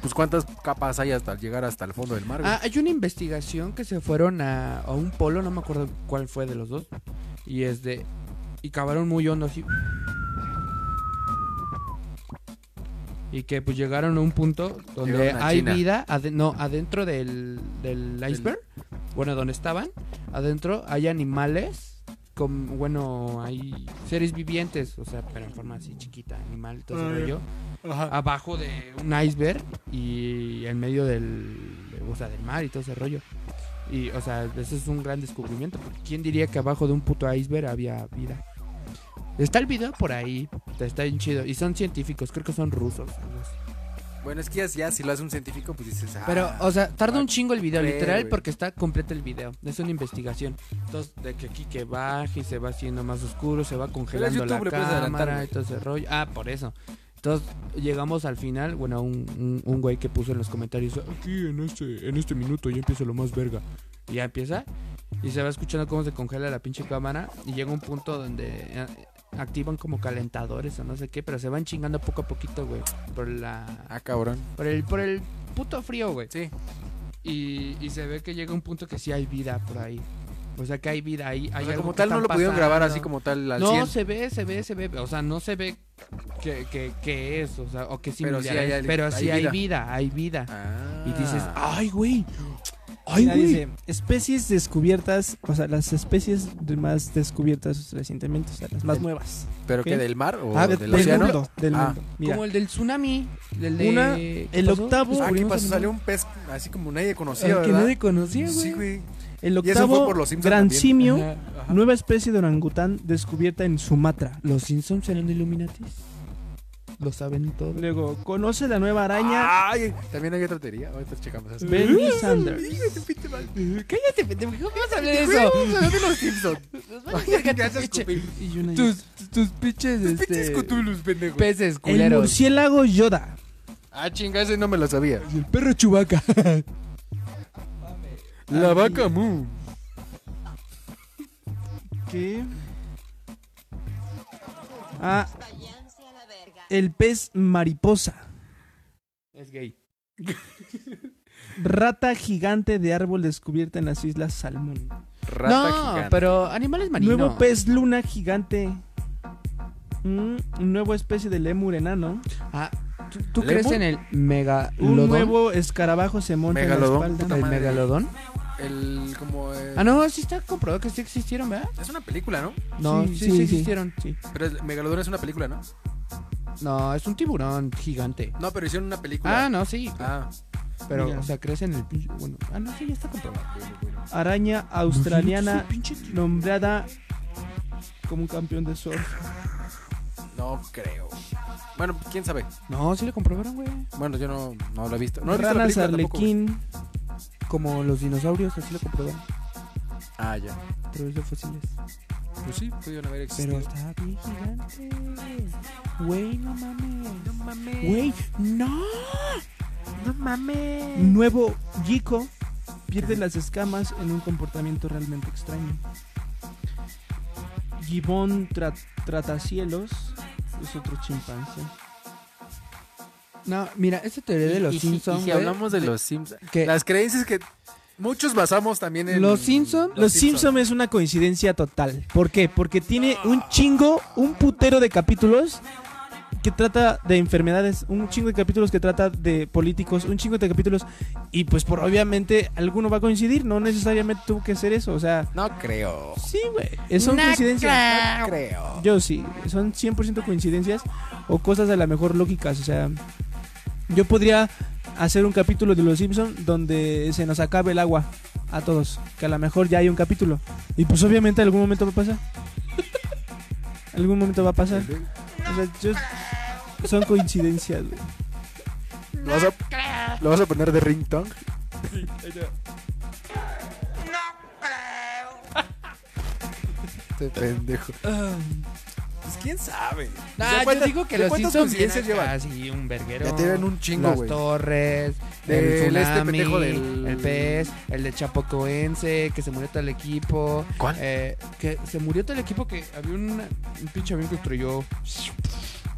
Pues cuántas capas hay hasta llegar hasta el fondo del mar, güey.
Ah, hay una investigación que se fueron a, a un polo, no me acuerdo cuál fue de los dos. Y es de. Y cavaron muy hondo así. Y que pues llegaron a un punto donde
Llegaron a
hay
China.
vida, ade- no, adentro del, del iceberg, bueno, donde estaban, adentro hay animales, con, bueno, hay seres vivientes, o sea, pero en forma así chiquita, animal, todo ese
Ah, ya.
rollo, abajo de un iceberg y en medio del, o sea, del mar y todo ese rollo. Y, o sea, eso es un gran descubrimiento. porque ¿Quién diría que abajo de un puto iceberg había vida? Está el video por ahí, está bien chido. Y son científicos, creo que son rusos. algo así.
Bueno, es que ya, ya si lo hace un científico, pues dices, ah,
Pero, o sea, tarda un chingo el video,
creo,
literal,
güey.
porque está completo el video. Es una investigación. Entonces, de que aquí que baje y se va haciendo más oscuro, se va congelando
YouTube, le
la
puedes adelantar,
cámara
güey.
y todo ese rollo. Ah, por eso. Entonces, llegamos al final. Bueno, un, un, un güey que puso en los comentarios, aquí en este, en este minuto ya empieza lo más verga. Y ya empieza. Y se va escuchando cómo se congela la pinche cámara. Y llega un punto donde eh, activan como calentadores o no sé qué, pero se van chingando poco a poquito, güey. Por la
ah, cabrón.
por el, por el puto frío, güey.
Sí.
Y, y se ve que llega un punto que sí hay vida por ahí. O sea, que hay vida ahí.
O
hay
sea,
algo
como
que
tal no
están
lo pudieron grabar así
pasando.
como tal al
No,
100.
se ve, se ve, se ve. O sea, no se ve que, que, que es, o sea, o que sí
Pero sí hay- hay-
Pero sí
hay vida.
hay vida, hay vida.
Ah.
Y dices, ay, güey. Ay,
Ah, Mira,
güey.
dice, especies descubiertas, o sea, las especies de- más descubiertas recientemente, o sea, las más
Del-
nuevas.
¿Pero qué?
¿qué?
¿Del mar o
Ah,
del,
del
océano?
mundo, del
Ah.
mundo. Mira,
Como el del tsunami. Del de...
Una-
¿qué
el
pasó?
octavo-
Ah, ¿qué
Descubrimos
pasó?
el
Salió un pez así como nadie
Al
conocía,
que
¿verdad?
nadie conocía, güey.
Sí, güey.
el
Y eso fue
octavo
por los Simpsons
gran
también.
simio,
Ajá.
Ajá.
nueva especie de orangután descubierta en Sumatra.
Los Simpsons eran Illuminatis. Lo saben todo.
¿Eh?
Luego, conoce la nueva araña
Ay, también había otra teoría. Ahorita checamos eso.
Benny Sanders.
Cállate, pendejo, ¿qué vas a hablar de eso?
Hablar de los Simpsons. Ya se escupí.
Y una-
Tus, tus pinches,
Tus pinches
este,
Cthulhus, pendejo.
peces
el
culeros.
murciélago Yoda.
Ah, chinga, ese no me lo sabía.
Y el perro chubaca.
La vaca mu.
¿Qué? Ah,
Váyanse a la verga.
el pez mariposa.
Es gay.
Rata gigante de árbol descubierta en las Islas Salmón.
Rata
no,
gigante.
pero animales marinos.
Nuevo pez luna gigante. Mm, nueva especie de lemur enano.
Ah, ¿tú, tú
¿Lemur?
crees en el
Un
megalodón?
nuevo escarabajo se monta
Megalodón,
en la
puta
espalda.
¿El
madre.
megalodón?
El, como... eh,
Ah, no, sí está comprobado que sí existieron, ¿verdad?
Es una película, ¿no?
No,
Sí,
sí,
sí,
sí,
sí.
existieron. Sí.
Pero el Megalodón es una película, ¿no?
No, es un tiburón gigante.
No, pero hicieron una película.
Ah, no, sí.
Ah,
Pero,
Mira.
o sea, crees en el pinche. Bueno, ah, no, sí, ya está comprobado.
Araña australiana
Pinche
nombrada como un campeón de surf.
no creo. Bueno, quién sabe.
No, sí lo comprobaron, güey.
Bueno, yo no, no lo he visto. No he visto la
Ranas
película tampoco, güey.
arlequín.
Como los dinosaurios, así lo comprobaron.
Ah, ya.
A través de fósiles.
Pues sí, pudieron haber existido.
Pero está bien gigante. Güey, no mames. No mames. Güey, no. No mames.
Nuevo Giko pierde las escamas en un comportamiento realmente extraño. Gibbon tra- Tratacielos es otro chimpancé.
No, mira, esta teoría de los
Y si-
Simpsons.
Y si hablamos de los Simpsons.
Que
Las creencias que muchos basamos también en.
Los Simpson.
Los Simpson es una coincidencia total. ¿Por qué? Porque tiene un chingo, un putero de capítulos que trata de enfermedades, un chingo de capítulos que trata de políticos, un chingo de capítulos y pues por obviamente alguno va a coincidir, no necesariamente tuvo que ser eso, o sea,
No creo.
sí, güey, son coincidencias.
No creo.
Yo sí, son 100% coincidencias o cosas a lo mejor lógicas, o sea, yo podría hacer un capítulo de Los Simpson donde se nos acabe el agua a todos, que a lo mejor ya hay un capítulo y pues obviamente en algún momento va a pasar. Algún momento va a pasar. O sea, yo- son coincidencias, güey.
¿Lo vas, a, ¿Lo vas a poner de ringtone? Este pendejo.
Pues quién sabe.
No,
O sea,
Ah, yo
¿cuántas-
digo que
de
los
¿Cuántas
Simpsons vienen
coincidencias llevan?
así un verguero.
Ya tienen un chingo,
Las
güey.
torres, el
Del este
tsunami,
pendejo del-
el pez, el de Chapocoense, que se murió todo el equipo.
¿Cuál?
eh, que se murió todo el equipo que había un, un pinche avión que estrelló,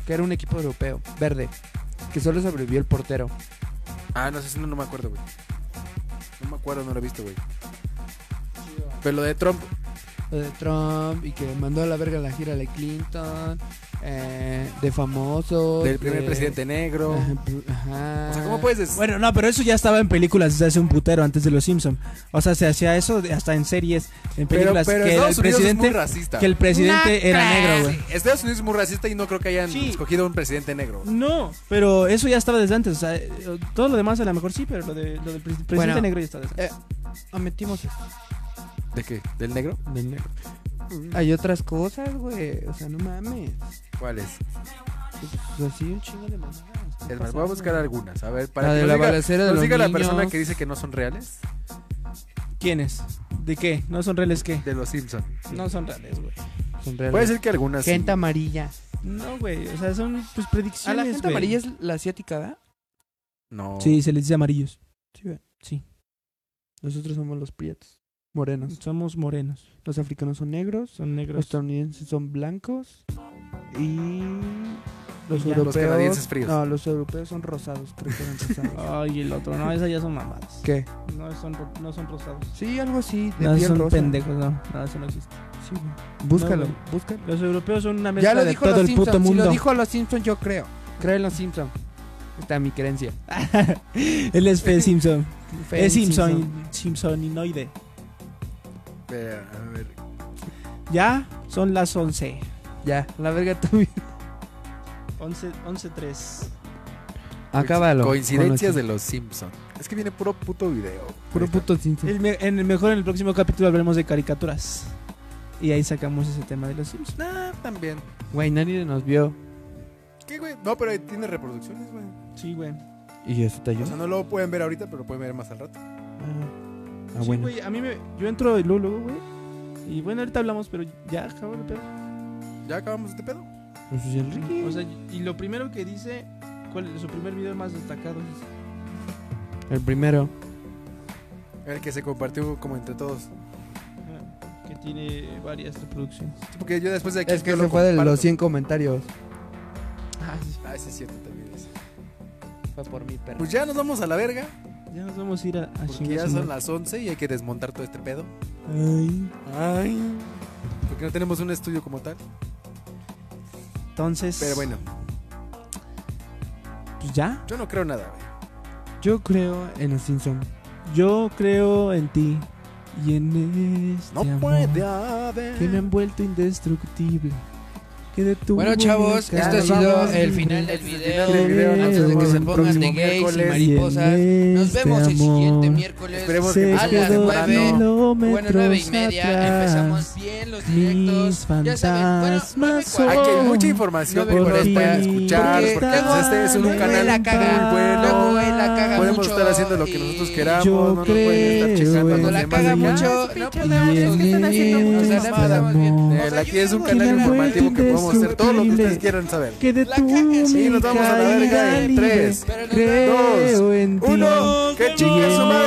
que era un equipo europeo, verde, que solo sobrevivió el portero.
Ah, no sé, si no, no me acuerdo, güey. No me acuerdo, no lo he visto, güey. Pero lo de Trump,
Lo de Trump y que mandó a la verga la gira de Clinton, eh, de famosos.
del primer
de-
presidente negro.
Ajá, pr- ajá.
O sea, ¿cómo puedes decir?
Bueno, no, pero eso ya estaba en películas desde hace un putero antes de los Simpson. O sea, se hacía eso de- hasta en series, en
pero,
películas
pero
que
Estados
el
Unidos es
presidente
muy racista.
que el presidente
Una
era negro, güey.
Estados Unidos es muy racista y no creo que hayan
Sí.
escogido un presidente negro.
No, pero eso ya estaba desde antes. O sea, eh, todo lo demás a lo mejor sí, pero lo, de, lo del pre- presidente
Bueno.
negro ya está desde antes.
Omitimos eso.
¿De qué? ¿Del negro?
Hay otras cosas, güey. O sea, no mames.
¿Cuál es?
Pues así un chingo de mamadas.
Es más, voy a buscar algunas. A ver, para
La
que
de
nos
la
diga,
balacera de
nos
los
diga la
niños.
persona que dice que no son reales.
¿Quiénes? ¿De qué? ¿No son reales qué?
De los Simpsons.
No son reales, güey.
Son reales.
Puede ser que algunas. sí.
Gente amarilla.
No, güey. O sea, son pues
¿A
predicciones.
la gente
güey.
amarilla es la asiática, ¿verdad?
No.
Sí, se les dice amarillos.
Sí, güey.
Sí.
Nosotros somos los prietos. Morenos.
Somos morenos.
Los africanos son negros.
Son
Los
negros.
estadounidenses son blancos. Y. Los
Y ya.
europeos.
Los canadienses fríos.
No, los europeos son rosados. Creo que eran rosados.
Ay, el otro. No, esas ya son mamadas.
¿Qué?
No son, ro- no son rosados.
Sí, algo así. De
No,
piel
son
rosa.
pendejos, no. No, eso no existe.
Sí, güey. Búscalo,
No, güey.
búscalo.
Los europeos son una mezcla
Ya lo
de
dijo
todo
los
el
Simpsons.
puto mundo.
Si lo dijo los Simpsons, yo creo. Creo en los Simpsons. Está mi creencia.
Él es Fede Simpson.
Fe
es
en
Simpson. Simpsoninoide.
Espera, a ver.
Ya son las 11.
Ya, la verga tu vida.
11, 11 3.
Acábalo.
Coincidencias de los Simpsons. Es que viene puro puto video.
Puro
Ahorita.
puto Simpson.
El me- en el mejor en el próximo capítulo hablaremos de caricaturas. Y ahí sacamos ese tema de los Simpsons.
Nah, Ah, también.
Güey, nadie nos vio.
¿Qué, güey? No, pero tiene reproducciones, güey.
Sí, güey.
Y eso te
O
ayuda.
sea, no lo pueden ver ahorita, pero lo pueden ver más al rato.
Ah,
sí,
bueno.
güey. A mí me. Yo entro y luego, luego, güey. Y bueno, ahorita hablamos, pero ya, cabrón, pero.
¿Ya acabamos este pedo?
Pues sí, el Ricky.
O sea, y lo primero que dice. ¿Cuál es su primer video más destacado? es-
El primero.
El que se compartió como entre todos.
ah, Que tiene varias reproducciones.
Sí, porque yo después de aquí.
Es que
yo
se
lo
fue de
comparto.
los 100 comentarios.
Ah, sí.
Ah, ese es cierto también. ese.
Fue por mi perro.
Pues ya nos vamos a la verga.
Ya nos vamos a ir a, a
Porque
chingar
ya
Ah, su
son
madre.
las 11 y hay que desmontar todo este pedo.
Ay.
Ay. Porque no tenemos un estudio como tal.
Entonces.
Pero bueno,
Pues ya.
yo no creo nada, güey.
Yo creo en los Simpson.
Yo creo en ti. Y en este
No
amor.
puede haber.
que me han vuelto indestructible. Que de tu
Bueno, chavos,
boca
esto ha sido
vamos
el
a
final del
final del
video,
video.
nos
Antes de que
vemos
se
el
pongan de
próximo
gays y
miércoles.
Y en
mariposas. Nos
este
vemos el siguiente
amor
miércoles.
Esperemos
se
que
a
más
las
quedó
nueve,
temprano.
kilómetros
Bueno, nueve y media
atrás.
empezamos bien los
Mis
directos. Ya saben, bueno,
fantasmas
nueve y
Aquí hay
son.
mucha información
Nueve
por
cuarenta.
para escuchar.
Porque
Porque, pues, este es un
luego
canal
la caga,
muy bueno.
luego él la caga
Podemos
mucho
estar haciendo lo que
y
nosotros queramos.
Yo
no nos pueden
creo
estar checando a los
en
Cuando la
demás.
caga
de,
mucho,
"Ah,
no pues,
Y en
podemos
este
unirnos.
amor.
Eh, la- aquí es un canal informativo que podemos hacer todo lo que ustedes quieran saber.
Que de
La
tu
cagas.
Sí, nos vamos a la
caída
verga en
libre.
3,
Pero nos vemos.
Creo en ti.
Uno, que
Y
chingue
en
su madre.